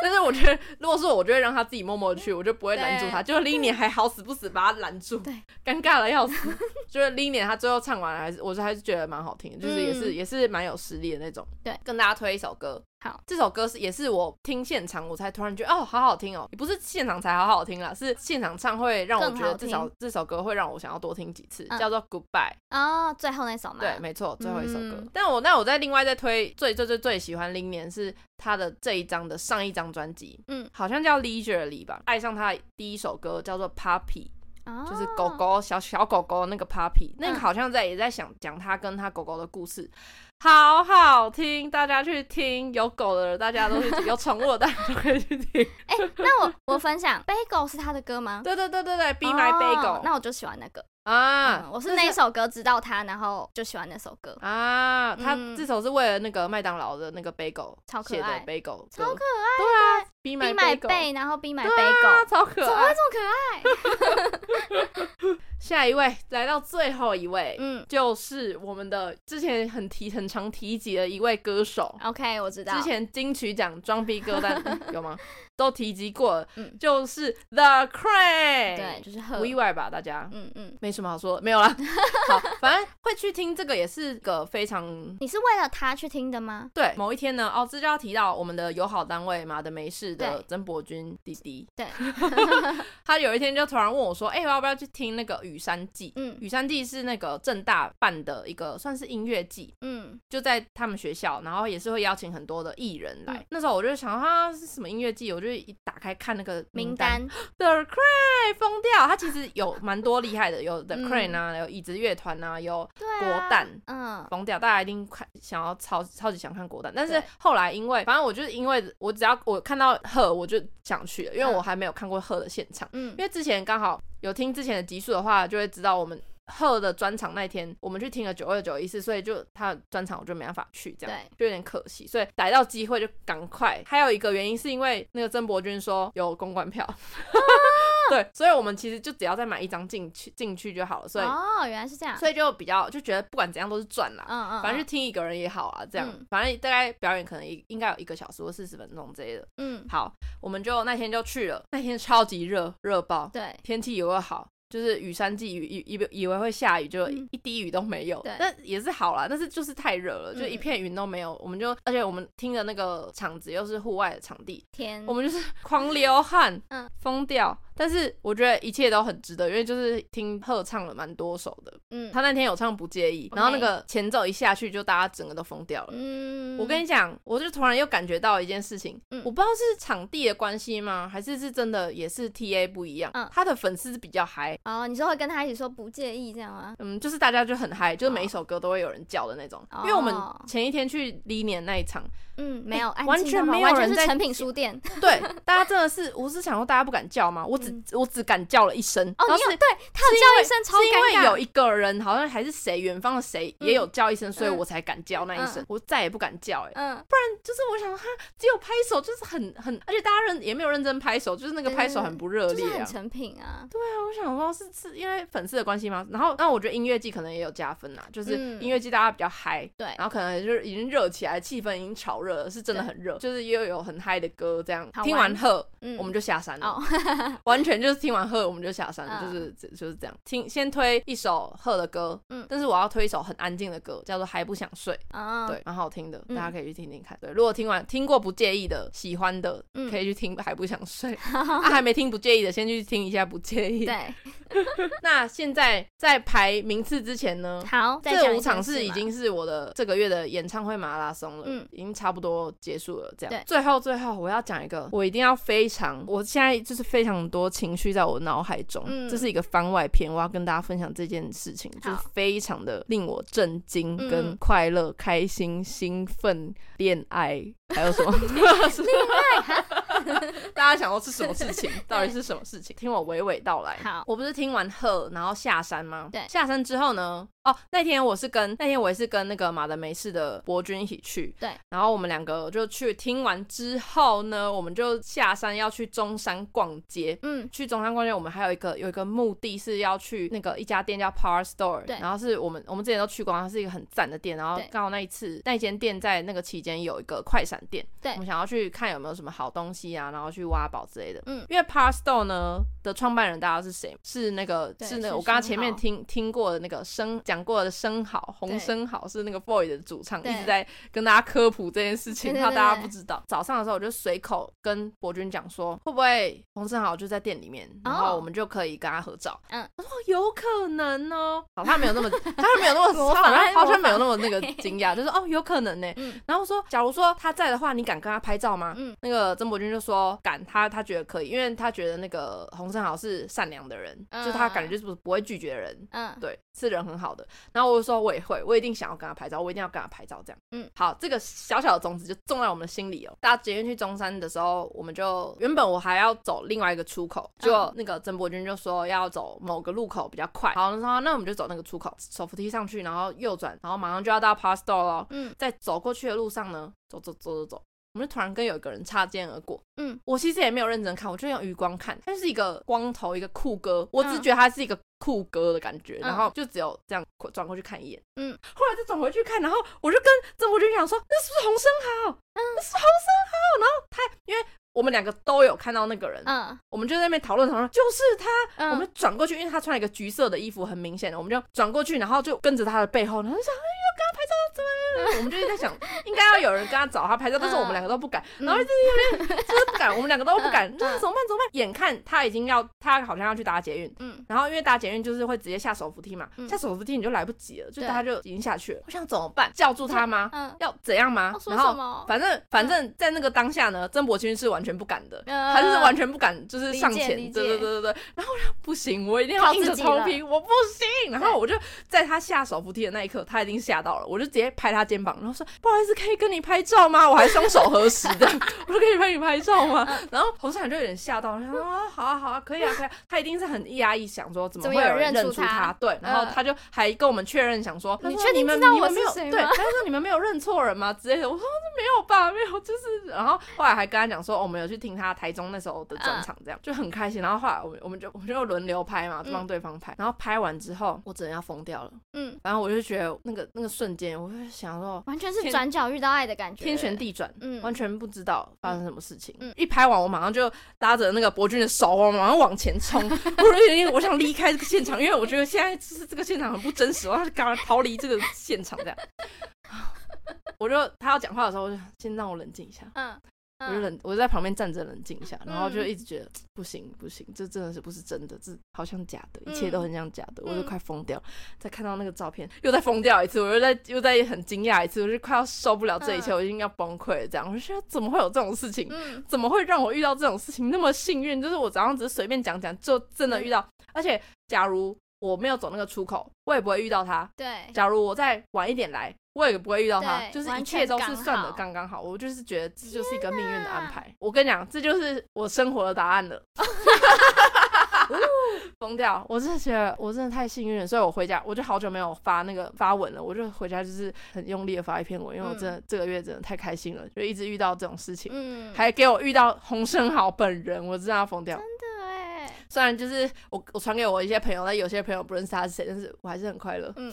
[SPEAKER 1] 但是我觉得，如果是我，我就会让他自己默默地去，我就不会拦住他。就是 l i n 还好死不死把他拦住
[SPEAKER 2] 对，
[SPEAKER 1] 尴尬的要死。就是 l i n 他最后唱完还是，我还是觉得蛮好听的，就是也是、
[SPEAKER 2] 嗯
[SPEAKER 1] 也是蛮有实力的那种。
[SPEAKER 2] 对，
[SPEAKER 1] 跟大家推一首歌。
[SPEAKER 2] 好，
[SPEAKER 1] 这首歌是也是我听现场，我才突然觉得哦，好好听哦，也不是现场才好好听啦，是现场唱会让我
[SPEAKER 2] 更
[SPEAKER 1] 觉
[SPEAKER 2] 好
[SPEAKER 1] 得至少
[SPEAKER 2] 听
[SPEAKER 1] 这首歌会让我想要多听几次，
[SPEAKER 2] 嗯
[SPEAKER 1] 叫做 Goodbye。
[SPEAKER 2] 哦最后那首嘛，
[SPEAKER 1] 对，没错，最后一首歌。
[SPEAKER 2] 嗯
[SPEAKER 1] 但我那我再另外再推最最最最喜欢零年是他的这一张的上一张专辑，
[SPEAKER 2] 嗯，
[SPEAKER 1] 好像叫 Leisurely 吧。爱上他的第一首歌叫做 Puppy，、
[SPEAKER 2] 哦嗯
[SPEAKER 1] 就是狗狗小小狗狗那个 Puppy，那个好像在也在想讲他跟他狗狗的故事。好好听，大家去听。有狗的人大家都去 听，有宠物的大家都可以去听。
[SPEAKER 2] 哎、那我我分享，Bagel 是他的歌吗
[SPEAKER 1] 对对对对对，Be
[SPEAKER 2] 哦
[SPEAKER 1] My Bagel、
[SPEAKER 2] 那我就喜欢那个。
[SPEAKER 1] 啊、
[SPEAKER 2] 嗯，我
[SPEAKER 1] 这
[SPEAKER 2] 是那一首歌知道他，然后就喜欢那首歌，
[SPEAKER 1] 啊，他
[SPEAKER 2] 嗯
[SPEAKER 1] 这首是为了那个麦当劳的那个 bagel
[SPEAKER 2] 超可
[SPEAKER 1] 写的
[SPEAKER 2] 爱
[SPEAKER 1] bagel，
[SPEAKER 2] 超可
[SPEAKER 1] 爱，对啊，Be My
[SPEAKER 2] ，Be My
[SPEAKER 1] Bagel，
[SPEAKER 2] Bay，然后 Be My
[SPEAKER 1] 啊
[SPEAKER 2] Bagel，
[SPEAKER 1] 超可
[SPEAKER 2] 怎么会
[SPEAKER 1] 爱。
[SPEAKER 2] 这么可爱？
[SPEAKER 1] 下一位，来到最后一位，
[SPEAKER 2] 嗯
[SPEAKER 1] 就是我们的之前很提很常提及的一位歌手，
[SPEAKER 2] ，OK，我知道
[SPEAKER 1] 之，前金曲奖装逼歌 单嗯有吗？都提及过了，
[SPEAKER 2] 嗯
[SPEAKER 1] 就是 The Cray，
[SPEAKER 2] 对，，就是
[SPEAKER 1] 不
[SPEAKER 2] 贺，
[SPEAKER 1] 意外吧，大家。
[SPEAKER 2] 嗯嗯，
[SPEAKER 1] 没什么好说的，没有 啦。好，反正会去听这个也是个非常
[SPEAKER 2] 你是为了他去听的吗？
[SPEAKER 1] 对，某一天呢，哦，这就要提到我们的友好单位马德梅市的
[SPEAKER 2] 对
[SPEAKER 1] 曾伯君弟弟，
[SPEAKER 2] 对，
[SPEAKER 1] 他有一天就突然问我说：“哎、我要不要去听那个《雨山记》？
[SPEAKER 2] 嗯
[SPEAKER 1] 雨山记》是那个正大办的一个算是音乐季，
[SPEAKER 2] 嗯，
[SPEAKER 1] 就在他们学校，然后也是会邀请很多的艺人来。
[SPEAKER 2] 嗯
[SPEAKER 1] 那时候我就想啊，是什么音乐季？我就一打开看那个
[SPEAKER 2] 名
[SPEAKER 1] 单
[SPEAKER 2] 单，
[SPEAKER 1] The Cray 疯掉，他其实有蛮多厉害的，有 The
[SPEAKER 2] 嗯
[SPEAKER 1] Cray 啊，有椅子乐团啊，有
[SPEAKER 2] 对
[SPEAKER 1] 国
[SPEAKER 2] 啊，
[SPEAKER 1] 蛋。
[SPEAKER 2] 嗯，
[SPEAKER 1] 疯掉，大家一定看想要超超级想看国蛋，但是
[SPEAKER 2] 对
[SPEAKER 1] 后来因为反正我就是因为我只要我看到鹤我就想去了，因为
[SPEAKER 2] 嗯
[SPEAKER 1] 我还没有看过鹤的现场，
[SPEAKER 2] 嗯
[SPEAKER 1] 因为之前刚好有听之前的集数的话，就会知道我们鹤的专场那天我们去听了九二九一四，所以就他的专场我就没办法去，这样
[SPEAKER 2] 对
[SPEAKER 1] 就有点可惜，所以逮到机会就赶快。还有一个原因是因为那个曾伯君说有公关
[SPEAKER 2] 啊
[SPEAKER 1] 票。 对，所以我们其实就只要再买一张进去进去就好了，所以、
[SPEAKER 2] 哦，原来是这样，
[SPEAKER 1] 所以就比较就觉得不管怎样都是赚啦，
[SPEAKER 2] 嗯嗯，
[SPEAKER 1] 反正
[SPEAKER 2] 嗯
[SPEAKER 1] 就听一个人也好啊，这样，
[SPEAKER 2] 嗯
[SPEAKER 1] 反正大概表演可能一应该有一个小时或四十分钟之类的。
[SPEAKER 2] 嗯，
[SPEAKER 1] 好，我们就那天就去了，那天超级热，热爆，
[SPEAKER 2] 对
[SPEAKER 1] 天气也会好。就是雨山季，雨以以以为会下雨，就
[SPEAKER 2] 嗯
[SPEAKER 1] 一滴雨都没有
[SPEAKER 2] 对，
[SPEAKER 1] 那、也是好啦。但是就是太热了，就
[SPEAKER 2] 嗯
[SPEAKER 1] 一片云都没有。我们就，而且我们听的那个场子又是户外的场地，
[SPEAKER 2] 天，
[SPEAKER 1] 我们就是狂流汗，
[SPEAKER 2] 嗯
[SPEAKER 1] 疯掉。但是我觉得一切都很值得，因为就是听合唱了蛮多首的，
[SPEAKER 2] 嗯
[SPEAKER 1] 他那天有唱不介意，
[SPEAKER 2] OK
[SPEAKER 1] 然后那个前奏一下去，就大家整个都疯掉了。
[SPEAKER 2] 嗯，
[SPEAKER 1] 我跟你讲，我就突然又感觉到一件事情，
[SPEAKER 2] 嗯
[SPEAKER 1] 我不知道是场地的关系吗，还是是真的也是 T A 不一样，
[SPEAKER 2] 嗯
[SPEAKER 1] 他的粉丝比较嗨，
[SPEAKER 2] 哦，你说会跟他一起说不介意这样吗？
[SPEAKER 1] 嗯，就是大家就很嗨，就是每一首歌都会有人叫的那种。
[SPEAKER 2] 哦
[SPEAKER 1] 因为我们前一天去 l i n 那一场，
[SPEAKER 2] 嗯，没有，安
[SPEAKER 1] 哎完
[SPEAKER 2] 静
[SPEAKER 1] 全
[SPEAKER 2] 到爆
[SPEAKER 1] 没有
[SPEAKER 2] 完全
[SPEAKER 1] 人
[SPEAKER 2] 是
[SPEAKER 1] 在
[SPEAKER 2] 成品书店。
[SPEAKER 1] 对，大家真的是，我是想说大家不敢叫吗？我只、
[SPEAKER 2] 嗯
[SPEAKER 1] 我只敢叫了一声，
[SPEAKER 2] 哦，
[SPEAKER 1] 然后
[SPEAKER 2] 你有
[SPEAKER 1] 是
[SPEAKER 2] 对他有叫一声，超
[SPEAKER 1] 是因为
[SPEAKER 2] 尴尬。
[SPEAKER 1] 有一个人好像还是谁远方的谁也有叫一声，所以我才敢叫那一声，
[SPEAKER 2] 嗯
[SPEAKER 1] 我再也不敢叫、欸，
[SPEAKER 2] 嗯，
[SPEAKER 1] 就是我想说，哈，只有拍手，就是很很，而且大家认也没有认真拍手，就是那个
[SPEAKER 2] 对
[SPEAKER 1] 拍手很不热
[SPEAKER 2] 嗯就
[SPEAKER 1] 烈
[SPEAKER 2] 是
[SPEAKER 1] 啊。
[SPEAKER 2] 很成品啊。
[SPEAKER 1] 对啊，我想说是是因为粉丝的关系吗？然后，那我觉得音乐季可能也有加分啦，就是
[SPEAKER 2] 嗯
[SPEAKER 1] 音乐季大家比较嗨，
[SPEAKER 2] 对
[SPEAKER 1] 然后可能就是已经热起来，气氛已经炒热了，是真的很热，就是又有很嗨的歌这样。
[SPEAKER 2] 好玩
[SPEAKER 1] 听完鹤，
[SPEAKER 2] 嗯，
[SPEAKER 1] 我们就下山了，
[SPEAKER 2] 哦
[SPEAKER 1] 完全就是听完鹤我们就下山了，
[SPEAKER 2] 嗯
[SPEAKER 1] 就是就是这样。听先推一首鹤的歌，
[SPEAKER 2] 嗯
[SPEAKER 1] 但是我要推一首很安静的歌，叫做《还不想睡》。
[SPEAKER 2] 嗯，
[SPEAKER 1] 对，蛮好听的，大
[SPEAKER 2] 嗯
[SPEAKER 1] 家可以去听听看。对，如果听完听过不介意的、喜欢的，
[SPEAKER 2] 嗯
[SPEAKER 1] 可以去听《还不想 睡》啊，还没听不介意的，先去听一下不介意。
[SPEAKER 2] 对，
[SPEAKER 1] 那现在在排名次之前呢，
[SPEAKER 2] 好，再讲
[SPEAKER 1] 这
[SPEAKER 2] 一
[SPEAKER 1] 五哦场
[SPEAKER 2] 件事
[SPEAKER 1] 是已
[SPEAKER 2] 嘛
[SPEAKER 1] 经是我的这个月的演唱会马拉松了，
[SPEAKER 2] 嗯
[SPEAKER 1] 已经差不多结束了。这样
[SPEAKER 2] 对，
[SPEAKER 1] 最后最后我要讲一个，我一定要非常，我现在就是非常多情绪在我脑海中，
[SPEAKER 2] 嗯
[SPEAKER 1] 这是一个番外篇，我要跟大家分享这件事情，就是
[SPEAKER 2] 好
[SPEAKER 1] 非常的令我震惊、
[SPEAKER 2] 嗯
[SPEAKER 1] 跟快乐、 开心、兴奋、恋爱，还有什么？
[SPEAKER 2] 恋爱哈
[SPEAKER 1] 大家想要是什么事 情？到底是什么事情？听我娓娓道来。
[SPEAKER 2] 好
[SPEAKER 1] 我不是听完鹤然后下山吗？
[SPEAKER 2] 对
[SPEAKER 1] 下山之后呢？哦，那天我是跟那天我也是跟那个马德梅市的伯君一起去。
[SPEAKER 2] 对，
[SPEAKER 1] 然后我们两个就去听完之后呢，我们就下山要去中山逛街。
[SPEAKER 2] 嗯，
[SPEAKER 1] 去中山逛街，我们还有一个有一个目的是要去那个一家店叫 Power Store，
[SPEAKER 2] 对
[SPEAKER 1] 然后是我们我们之前都去过，它是一个很赞的店，然后
[SPEAKER 2] 对
[SPEAKER 1] 刚好那一次那间店在那个期间有一个快闪店，
[SPEAKER 2] 对
[SPEAKER 1] 我们想要去看有没有什么好东西啊，然后去挖宝之类的，
[SPEAKER 2] 嗯
[SPEAKER 1] 因为 Power Store 呢的创办人大家是谁？是那个
[SPEAKER 2] 对
[SPEAKER 1] 是那
[SPEAKER 2] 是
[SPEAKER 1] 个我刚刚
[SPEAKER 2] 生
[SPEAKER 1] 前面
[SPEAKER 2] 蚝
[SPEAKER 1] 听听过的那个生讲过的生蚝红
[SPEAKER 2] 对
[SPEAKER 1] 生蚝是那个 Boy 的主唱，
[SPEAKER 2] 对
[SPEAKER 1] 一直在跟大家科普这件事情，
[SPEAKER 2] 对对
[SPEAKER 1] 怕大家
[SPEAKER 2] 对
[SPEAKER 1] 不知道。早上的时候，我就随口跟博君讲说，会不会洪生豪就在店里面，然后我们就可以跟他合照。
[SPEAKER 2] 哦嗯
[SPEAKER 1] 他说哦有可能哦，好，他没有那么， 他没有那 么，
[SPEAKER 2] 模
[SPEAKER 1] 他
[SPEAKER 2] 仿
[SPEAKER 1] 好像
[SPEAKER 2] 他
[SPEAKER 1] 好
[SPEAKER 2] 模
[SPEAKER 1] 像
[SPEAKER 2] 仿
[SPEAKER 1] 没有那么那个惊 讶，就是哦，有可能呢。
[SPEAKER 2] 嗯
[SPEAKER 1] 然后说，假如说他在的话，你敢跟他拍照吗？
[SPEAKER 2] 嗯
[SPEAKER 1] 那个曾伯君就说敢，他他觉得可以，因为他觉得那个洪生豪是善良的人，
[SPEAKER 2] 嗯
[SPEAKER 1] 就他感觉就是不不会拒绝的人，
[SPEAKER 2] 嗯，
[SPEAKER 1] 对，是人很好的。然后我就说我也会，我一定想要跟他拍照，我一定要跟他拍照，这样。
[SPEAKER 2] 嗯，
[SPEAKER 1] 好，这个小小的种子就种在我们的心里哦。大家捷运去中山的时候，我们就原本我还要走另外一个出口，
[SPEAKER 2] 嗯
[SPEAKER 1] 就那个曾伯君就说要走某个路口比较快。好，那说那我们就走那个出口，手扶梯上去，然后右转，然后马上就要到 Pass Store 咯。
[SPEAKER 2] 嗯，
[SPEAKER 1] 在走过去的路上呢，走走走走走。我们就突然跟有一个人擦肩而过，
[SPEAKER 2] 嗯，
[SPEAKER 1] 我其实也没有认真看，我就用余光看，他就是一个光头，一个酷哥，我只是
[SPEAKER 2] 嗯
[SPEAKER 1] 觉得他是一个酷哥的感觉，
[SPEAKER 2] 嗯
[SPEAKER 1] 然后就只有这样转过去看一眼，
[SPEAKER 2] 嗯，
[SPEAKER 1] 后来就转回去看，然后我就跟郑伯君讲说，那是不是洪生豪？嗯，那是洪生豪。然后他因为我们两个都有看到那个人，
[SPEAKER 2] 嗯
[SPEAKER 1] 我们就在那边讨论讨论，就是他，
[SPEAKER 2] 嗯，
[SPEAKER 1] 我们转过去，因为他穿了一个橘色的衣服，很明显的，我们就转过去，然后就跟着他的背后，然后就想，哎要跟他拍照怎么样？我们就一直在想，应该要有人跟他找他拍照，但是我们两个都不敢，然后一直有点就是不敢，我们两个都不敢，
[SPEAKER 2] 嗯
[SPEAKER 1] 就是怎么办怎么办？眼看他已经要，他好像要去搭捷运。
[SPEAKER 2] 嗯
[SPEAKER 1] 然后因为搭捷运就是会直接下手扶梯嘛，
[SPEAKER 2] 嗯
[SPEAKER 1] 下手扶梯你就来不及了，就
[SPEAKER 2] 对
[SPEAKER 1] 大家就已经下去了。我想怎么办？叫住他吗？
[SPEAKER 2] 嗯，
[SPEAKER 1] 要怎样吗
[SPEAKER 2] 要？说
[SPEAKER 1] 然
[SPEAKER 2] 什
[SPEAKER 1] 后
[SPEAKER 2] 么？
[SPEAKER 1] 反正反正在那个当下呢，曾伯君是完全不敢的，
[SPEAKER 2] 嗯
[SPEAKER 1] 他就是完全不敢，就是上前，
[SPEAKER 2] 理
[SPEAKER 1] 对
[SPEAKER 2] 解
[SPEAKER 1] 对对对对。然后我想不行，我一定要
[SPEAKER 2] 靠
[SPEAKER 1] 硬着
[SPEAKER 2] 自己
[SPEAKER 1] 头
[SPEAKER 2] 了
[SPEAKER 1] 皮，我不行。然后我就在他下手扶梯的那一刻，他已经吓到了，我就直接拍他肩膀，然后说不好意思，可以跟你拍照吗？我还双手合十的， 我说可以拍你拍照吗？
[SPEAKER 2] 嗯
[SPEAKER 1] 然后洪尚就有点吓到，他说啊好啊好啊，可以啊可以啊。他一定是很一压一想说怎么
[SPEAKER 2] 怎
[SPEAKER 1] 会
[SPEAKER 2] 么有
[SPEAKER 1] 有
[SPEAKER 2] 人
[SPEAKER 1] 人
[SPEAKER 2] 认
[SPEAKER 1] 认
[SPEAKER 2] 出
[SPEAKER 1] 出
[SPEAKER 2] 他
[SPEAKER 1] 他？对，然后
[SPEAKER 2] 嗯
[SPEAKER 1] 他就还跟我们确认，想说
[SPEAKER 2] 你
[SPEAKER 1] 他
[SPEAKER 2] 确
[SPEAKER 1] 说
[SPEAKER 2] 定
[SPEAKER 1] 们
[SPEAKER 2] 知道
[SPEAKER 1] 你
[SPEAKER 2] 我
[SPEAKER 1] 们没
[SPEAKER 2] 是
[SPEAKER 1] 有
[SPEAKER 2] 谁
[SPEAKER 1] 对，
[SPEAKER 2] 吗
[SPEAKER 1] 他说你们没有认错人吗？之类的，我说没有吧，没有，就是然后后来还跟他讲说、哦我们有去听他台中那时候的专场，这样、就很开心。然后后来我们我们就我们就轮流拍嘛，
[SPEAKER 2] 嗯
[SPEAKER 1] 帮对方拍。然后拍完之后，我真的要疯掉了。
[SPEAKER 2] 嗯，
[SPEAKER 1] 然后我就觉得那个那 个瞬间，我就想说
[SPEAKER 2] 完全是
[SPEAKER 1] 天
[SPEAKER 2] 转角遇到爱的感觉，
[SPEAKER 1] 天旋，地转。
[SPEAKER 2] 嗯，
[SPEAKER 1] 完全不知道发生什么事情。
[SPEAKER 2] 嗯
[SPEAKER 1] 一拍完，我马上就拉着那个伯君的手，我马上往前冲。 我就因为我想离开这个现场，因为我觉得现在就是这个现场很不真实，我要赶快逃离这个现场。这样， 我就他要讲话的时候，我就先让我冷静一下。
[SPEAKER 2] 嗯，
[SPEAKER 1] 我就
[SPEAKER 2] 嗯，
[SPEAKER 1] 冷，我就在旁边站着冷静一下，然后就
[SPEAKER 2] 嗯
[SPEAKER 1] 一直觉得不行不行，这真的是不是真的，这好像假的，一
[SPEAKER 2] 嗯
[SPEAKER 1] 切都很像假的，我就
[SPEAKER 2] 嗯
[SPEAKER 1] 快疯掉。再看到那个照片，又再疯掉一次，我又在又在很惊讶一次，我就快要受不了这一切，
[SPEAKER 2] 嗯
[SPEAKER 1] 我已经要崩溃了。这样，我就觉得怎么会有这种事情？
[SPEAKER 2] 嗯，
[SPEAKER 1] 怎么会让我遇到这种事情？那么幸运，就是我早上只是随便讲讲，就真
[SPEAKER 2] 嗯
[SPEAKER 1] 的遇到。而且，假如我没有走那个出口，我也不会遇到他。
[SPEAKER 2] 对，嗯
[SPEAKER 1] 假如我再晚一点来，我也不会遇到他，
[SPEAKER 2] 哎对
[SPEAKER 1] 就是一
[SPEAKER 2] 完
[SPEAKER 1] 切
[SPEAKER 2] 全
[SPEAKER 1] 都是算的
[SPEAKER 2] 刚好
[SPEAKER 1] 刚刚好。我就是觉得这就是一个命运的安排。我跟你讲，这就是我生活的答案 了。疯掉！我真的觉得我真的太幸运了，所以我回家我就好久没有发那个发文了，我就回家就是很用力的发一篇文，因为我真的、这个月真的太开心了，就一直遇到这种事情，
[SPEAKER 2] 嗯，
[SPEAKER 1] 还给我遇到洪胜豪本人，我真的要疯掉。
[SPEAKER 2] 对，
[SPEAKER 1] 虽然就是我我传给我一些朋友，但有些朋友不认识他是谁，但是我还是很快乐。
[SPEAKER 2] 嗯，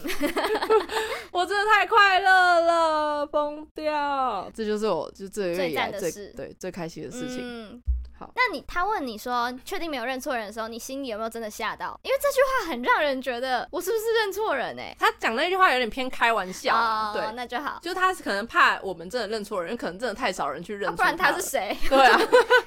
[SPEAKER 1] 我真的太快乐了，疯掉！这就是我就这个月
[SPEAKER 2] 最
[SPEAKER 1] 以来
[SPEAKER 2] 赞的
[SPEAKER 1] 最
[SPEAKER 2] 事
[SPEAKER 1] 对最开心的事情。
[SPEAKER 2] 嗯
[SPEAKER 1] 好
[SPEAKER 2] 那你他问你说确定没有认错人的时候，你心里有没有真的吓到？因为这句话很让人觉得我是不是认错人哎、
[SPEAKER 1] 他讲那句话有点偏开玩笑啊，
[SPEAKER 2] 哦
[SPEAKER 1] 对，
[SPEAKER 2] 那就好，
[SPEAKER 1] 就是他可能怕我们真的认错人，可能真的太少人去认
[SPEAKER 2] 啊
[SPEAKER 1] 出
[SPEAKER 2] 不然
[SPEAKER 1] 他
[SPEAKER 2] 他是
[SPEAKER 1] 了
[SPEAKER 2] 谁？
[SPEAKER 1] 对 啊，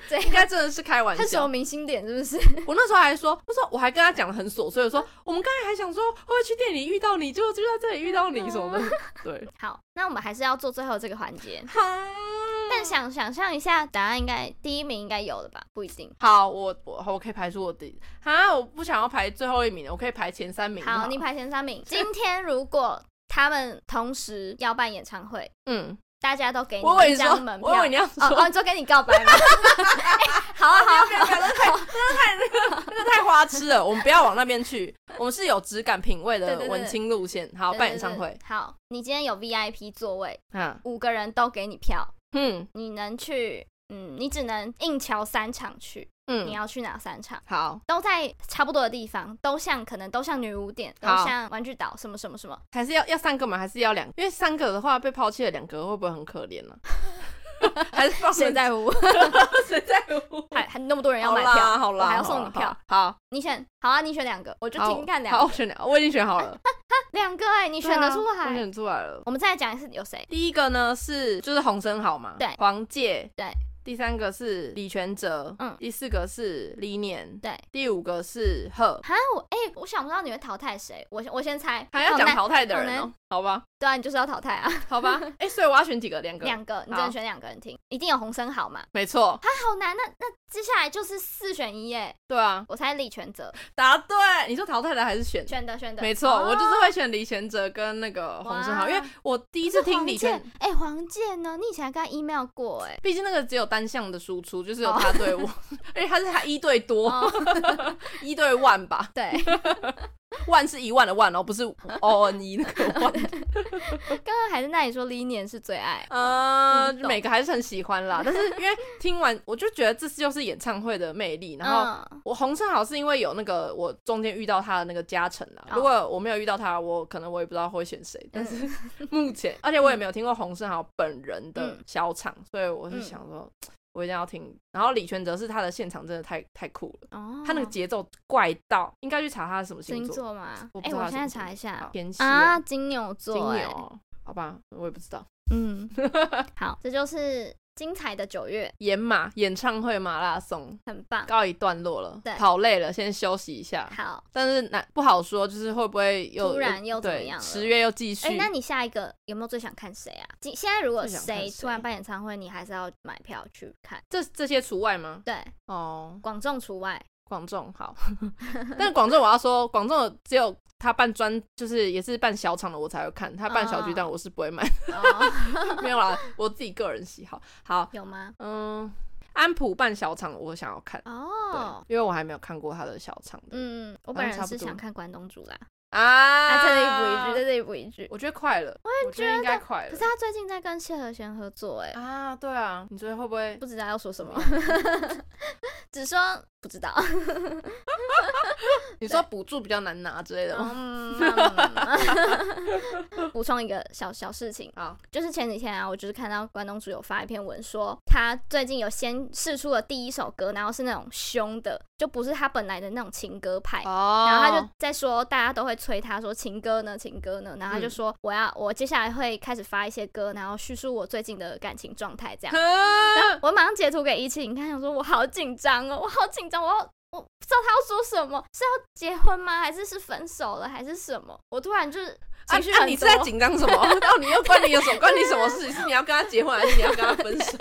[SPEAKER 2] 这
[SPEAKER 1] 应该真的是开玩
[SPEAKER 2] 他是什么
[SPEAKER 1] 笑。
[SPEAKER 2] 明星点是 不是？
[SPEAKER 1] 我那时候还说，我说我还跟他讲的很琐碎，我说我们刚才还想说会不会去店里遇到你，结果就在这里遇到你什
[SPEAKER 2] 嗯
[SPEAKER 1] 么的，对。
[SPEAKER 2] 好，那我们还是要做最后这个环节。
[SPEAKER 1] 嗯
[SPEAKER 2] 但
[SPEAKER 1] 但
[SPEAKER 2] 想想象一下，答案应该第一名应该有了吧？不一定。
[SPEAKER 1] 好，我我我可以排除我第啊，我不想要排最后一名的，我可以排前三名就了。
[SPEAKER 2] 好，你排前三名。今天如果他们同时要办演唱会，
[SPEAKER 1] 嗯，
[SPEAKER 2] 大家都给
[SPEAKER 1] 我以
[SPEAKER 2] 你
[SPEAKER 1] 为
[SPEAKER 2] 一
[SPEAKER 1] 你说
[SPEAKER 2] 张门，票。
[SPEAKER 1] 我以为你要说
[SPEAKER 2] 哦，哦，你说跟你告白 吗？哎好啊，好啊，
[SPEAKER 1] 不要不要，那太那太那个太花痴了，我们不要往那边去。我们是有质感品味
[SPEAKER 2] 对
[SPEAKER 1] 的
[SPEAKER 2] 对对
[SPEAKER 1] 文青路线。好，
[SPEAKER 2] 对
[SPEAKER 1] 办演唱。
[SPEAKER 2] 对
[SPEAKER 1] 会
[SPEAKER 2] 对，好，你今天有 VIP 座位，
[SPEAKER 1] 啊，
[SPEAKER 2] 五个人都给你票，
[SPEAKER 1] 嗯
[SPEAKER 2] 你能去，嗯，你只能硬瞧三场去。你
[SPEAKER 1] 嗯，
[SPEAKER 2] 要去哪三场？
[SPEAKER 1] 好，
[SPEAKER 2] 都在差不多的地方，都像可能都像女巫店，都
[SPEAKER 1] 好
[SPEAKER 2] 像玩具岛什么什么什 么。
[SPEAKER 1] 还是要要三个吗？还是要两？因为三个的话被抛弃了两个，会不会很可怜呢？ 还是放
[SPEAKER 2] 谁 在乎？
[SPEAKER 1] 谁在乎？
[SPEAKER 2] 还还那么多人要
[SPEAKER 1] 好
[SPEAKER 2] 买
[SPEAKER 1] 啦
[SPEAKER 2] 票，
[SPEAKER 1] 好啦，
[SPEAKER 2] 我还要
[SPEAKER 1] 好啦
[SPEAKER 2] 送你票。
[SPEAKER 1] 好啦，好
[SPEAKER 2] 你选好啊，你选两个，我就
[SPEAKER 1] 好
[SPEAKER 2] 听看两
[SPEAKER 1] 好，
[SPEAKER 2] 个
[SPEAKER 1] 我选两，我已经选 好了，
[SPEAKER 2] 两个哎、你选得出
[SPEAKER 1] 对啊我
[SPEAKER 2] 来。
[SPEAKER 1] 选出来了。
[SPEAKER 2] 我们再来讲一次有谁？
[SPEAKER 1] 第一个呢是就是洪生豪嘛，
[SPEAKER 2] 对
[SPEAKER 1] 黄玠，
[SPEAKER 2] 对，
[SPEAKER 1] 第三个是李全哲，
[SPEAKER 2] 嗯
[SPEAKER 1] 第四个是李念，
[SPEAKER 2] 对，
[SPEAKER 1] 第五个是贺，
[SPEAKER 2] 哈，我哎、我想不到你会淘汰谁，我先我先猜，
[SPEAKER 1] 还要
[SPEAKER 2] 好
[SPEAKER 1] 讲
[SPEAKER 2] 那
[SPEAKER 1] 淘汰的人哦
[SPEAKER 2] 好难，
[SPEAKER 1] 好吧，
[SPEAKER 2] 对啊，你就是要淘汰啊，
[SPEAKER 1] 好 吧，哎，所以我要选几个？两个，
[SPEAKER 2] 两个，你只能选两个人听，一定有洪生豪嘛？
[SPEAKER 1] 没错，
[SPEAKER 2] 啊，好难，那那接下来就是四选一耶，
[SPEAKER 1] 对啊，
[SPEAKER 2] 我猜李全哲
[SPEAKER 1] 答对，你说淘汰的还是选？
[SPEAKER 2] 选的选的，
[SPEAKER 1] 没错，
[SPEAKER 2] 哦
[SPEAKER 1] 我就是会选李全哲跟那个洪生豪，
[SPEAKER 2] 哇
[SPEAKER 1] 因为我第一次
[SPEAKER 2] 可是
[SPEAKER 1] 听
[SPEAKER 2] 黄
[SPEAKER 1] 李
[SPEAKER 2] 健
[SPEAKER 1] 全，
[SPEAKER 2] 哎、黄健呢？你以前还跟他 email 过哎、
[SPEAKER 1] 毕竟那个只有单向的输出，就是有他对我，而且他是他一对多，
[SPEAKER 2] 哦，
[SPEAKER 1] 一对万吧，
[SPEAKER 2] 对，
[SPEAKER 1] 万是一万的万哦，不是 O N E 那个万。
[SPEAKER 2] 刚刚还在那里说 l i n i 是最爱，
[SPEAKER 1] 呃，
[SPEAKER 2] 嗯懂
[SPEAKER 1] 每个还是很喜欢 啦，但是因为听完我就觉得这就是演唱会的魅力。 然后
[SPEAKER 2] 嗯、
[SPEAKER 1] 我洪胜豪是因为有那个我中间遇到他的那个加成啦，
[SPEAKER 2] 哦
[SPEAKER 1] 如果我没有遇到他，我可能我也不知道会选谁。但是
[SPEAKER 2] 嗯
[SPEAKER 1] 目前，而且我也没有听过洪胜豪本人的
[SPEAKER 2] 嗯
[SPEAKER 1] 小场，所以我是
[SPEAKER 2] 嗯
[SPEAKER 1] 想说。我一定要听，然后李全哲是他的现场真的太太酷了，
[SPEAKER 2] 哦
[SPEAKER 1] 他那个节奏怪到，应该去查他是什么
[SPEAKER 2] 星
[SPEAKER 1] 星座，
[SPEAKER 2] 座吗
[SPEAKER 1] 我？不
[SPEAKER 2] 哎、
[SPEAKER 1] 知道
[SPEAKER 2] 我
[SPEAKER 1] 他
[SPEAKER 2] 现在
[SPEAKER 1] 什么
[SPEAKER 2] 查一下
[SPEAKER 1] 好天蝎、
[SPEAKER 2] 啊，金牛
[SPEAKER 1] 金
[SPEAKER 2] 座、
[SPEAKER 1] 牛
[SPEAKER 2] 哎
[SPEAKER 1] 哦，好吧，我也不知道。
[SPEAKER 2] 嗯，好，这就是精彩的九月，
[SPEAKER 1] 演马演唱会马拉松
[SPEAKER 2] 很棒。
[SPEAKER 1] 告一段落了
[SPEAKER 2] 对，
[SPEAKER 1] 跑累了，先休息一下。
[SPEAKER 2] 好，
[SPEAKER 1] 但是难不好说，就是会不会又
[SPEAKER 2] 突然又怎么
[SPEAKER 1] 对
[SPEAKER 2] 样了
[SPEAKER 1] 十月又继续？
[SPEAKER 2] 哎、那你下一个有没有最想看谁啊？今现在如果
[SPEAKER 1] 最想看
[SPEAKER 2] 谁
[SPEAKER 1] 谁
[SPEAKER 2] 突然办演唱会，你还是要买票去看。
[SPEAKER 1] 这这些除外吗？
[SPEAKER 2] 对，
[SPEAKER 1] 哦，
[SPEAKER 2] 广众除 外。
[SPEAKER 1] 广众 好，但广众我要说，广众只有他办专，就是也是办小场的我才会看，他办小巨
[SPEAKER 2] 哦
[SPEAKER 1] 蛋我是不会买，
[SPEAKER 2] 哦，
[SPEAKER 1] 没有啦，我自己个人喜好。好，
[SPEAKER 2] 有吗？
[SPEAKER 1] 嗯，安普办小场我想要看，
[SPEAKER 2] 哦，
[SPEAKER 1] 对，因为我还没有看过他的小场的
[SPEAKER 2] 嗯，我
[SPEAKER 1] 好
[SPEAKER 2] 本
[SPEAKER 1] 像差
[SPEAKER 2] 人
[SPEAKER 1] 不
[SPEAKER 2] 是
[SPEAKER 1] 多
[SPEAKER 2] 想看关东煮啦。
[SPEAKER 1] 啊
[SPEAKER 2] 啊，在这里补一句，在这里补一句。
[SPEAKER 1] 我觉得快了，我觉得应该快
[SPEAKER 2] 可
[SPEAKER 1] 了
[SPEAKER 2] 是。他最近在跟谢和弦合作、哎、
[SPEAKER 1] 啊，对啊，你觉得会不会
[SPEAKER 2] 不知道要说什么， 只说不知道。
[SPEAKER 1] 你说补助比较难拿之类的吗？
[SPEAKER 2] 嗯补充一个小小事情，
[SPEAKER 1] 好，
[SPEAKER 2] 就是前几天啊，我就是看到关东煮有发一篇文说，他最近有先试出了第一首歌，然后是那种凶的，就不是他本来的那种情歌派。
[SPEAKER 1] 哦
[SPEAKER 2] 然后他就在说，大家都会催他说情歌呢，情歌呢。然后他就
[SPEAKER 1] 嗯
[SPEAKER 2] 说，我要我接下来会开始发一些歌，然后叙述我最近的感情状态 这样。
[SPEAKER 1] 啊
[SPEAKER 2] 我马上截图给一七，你看，想说我好紧张哦，我好紧张，我要我不知道他要说什么，是要结婚吗？还是是分手了，还是什么？我突然就是情绪
[SPEAKER 1] 啊，
[SPEAKER 2] 很
[SPEAKER 1] 你是
[SPEAKER 2] 多，啊
[SPEAKER 1] 在紧张什 么？到底又关你有什么关你什么事？是你要跟他结婚，还是你要跟他分 手？
[SPEAKER 2] 这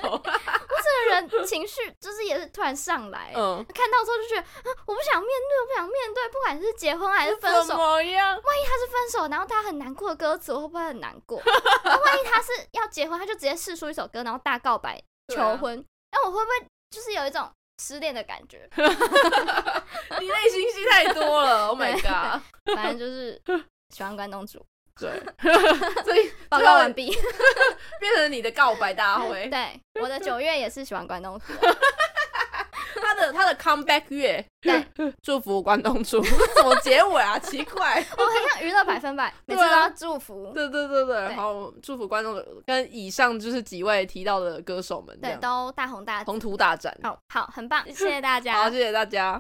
[SPEAKER 2] 个人情绪就是也是突然上来。
[SPEAKER 1] 嗯，
[SPEAKER 2] 看到之后就觉得，啊我不想面对，我不想面对，不管是结婚还是分手，
[SPEAKER 1] 怎么样？
[SPEAKER 2] 万一他是分手，然后他很难过的歌词，我会不会很难 过？然后万一他是要结婚，他就直接试出一首歌，然后大告白
[SPEAKER 1] 对啊
[SPEAKER 2] 求婚，那、我会不会就是有一种失恋的感觉？
[SPEAKER 1] 你内心戏太多 了，Oh my god！
[SPEAKER 2] 反正就是喜欢关东煮。
[SPEAKER 1] 对， 所以
[SPEAKER 2] 报告
[SPEAKER 1] 这
[SPEAKER 2] 完
[SPEAKER 1] 个
[SPEAKER 2] 毕。
[SPEAKER 1] 变成你的告白大会，
[SPEAKER 2] 对，我的九月也是喜欢 关东煮。
[SPEAKER 1] 他的他的 comeback 月，
[SPEAKER 2] 对，
[SPEAKER 1] 祝福关东煮， 怎么结尾啊？奇 怪。
[SPEAKER 2] 我很想娱乐百分百，每 次
[SPEAKER 1] 对
[SPEAKER 2] 都
[SPEAKER 1] 啊
[SPEAKER 2] 要祝福，
[SPEAKER 1] 对对对对，
[SPEAKER 2] 对
[SPEAKER 1] 好，祝福观众的跟以上就是几位提到的歌手们，这
[SPEAKER 2] 对，
[SPEAKER 1] 样
[SPEAKER 2] 都大红大紫。哦
[SPEAKER 1] 宏图大展。
[SPEAKER 2] 好好，很棒，谢谢大家。
[SPEAKER 1] 好，谢谢大家。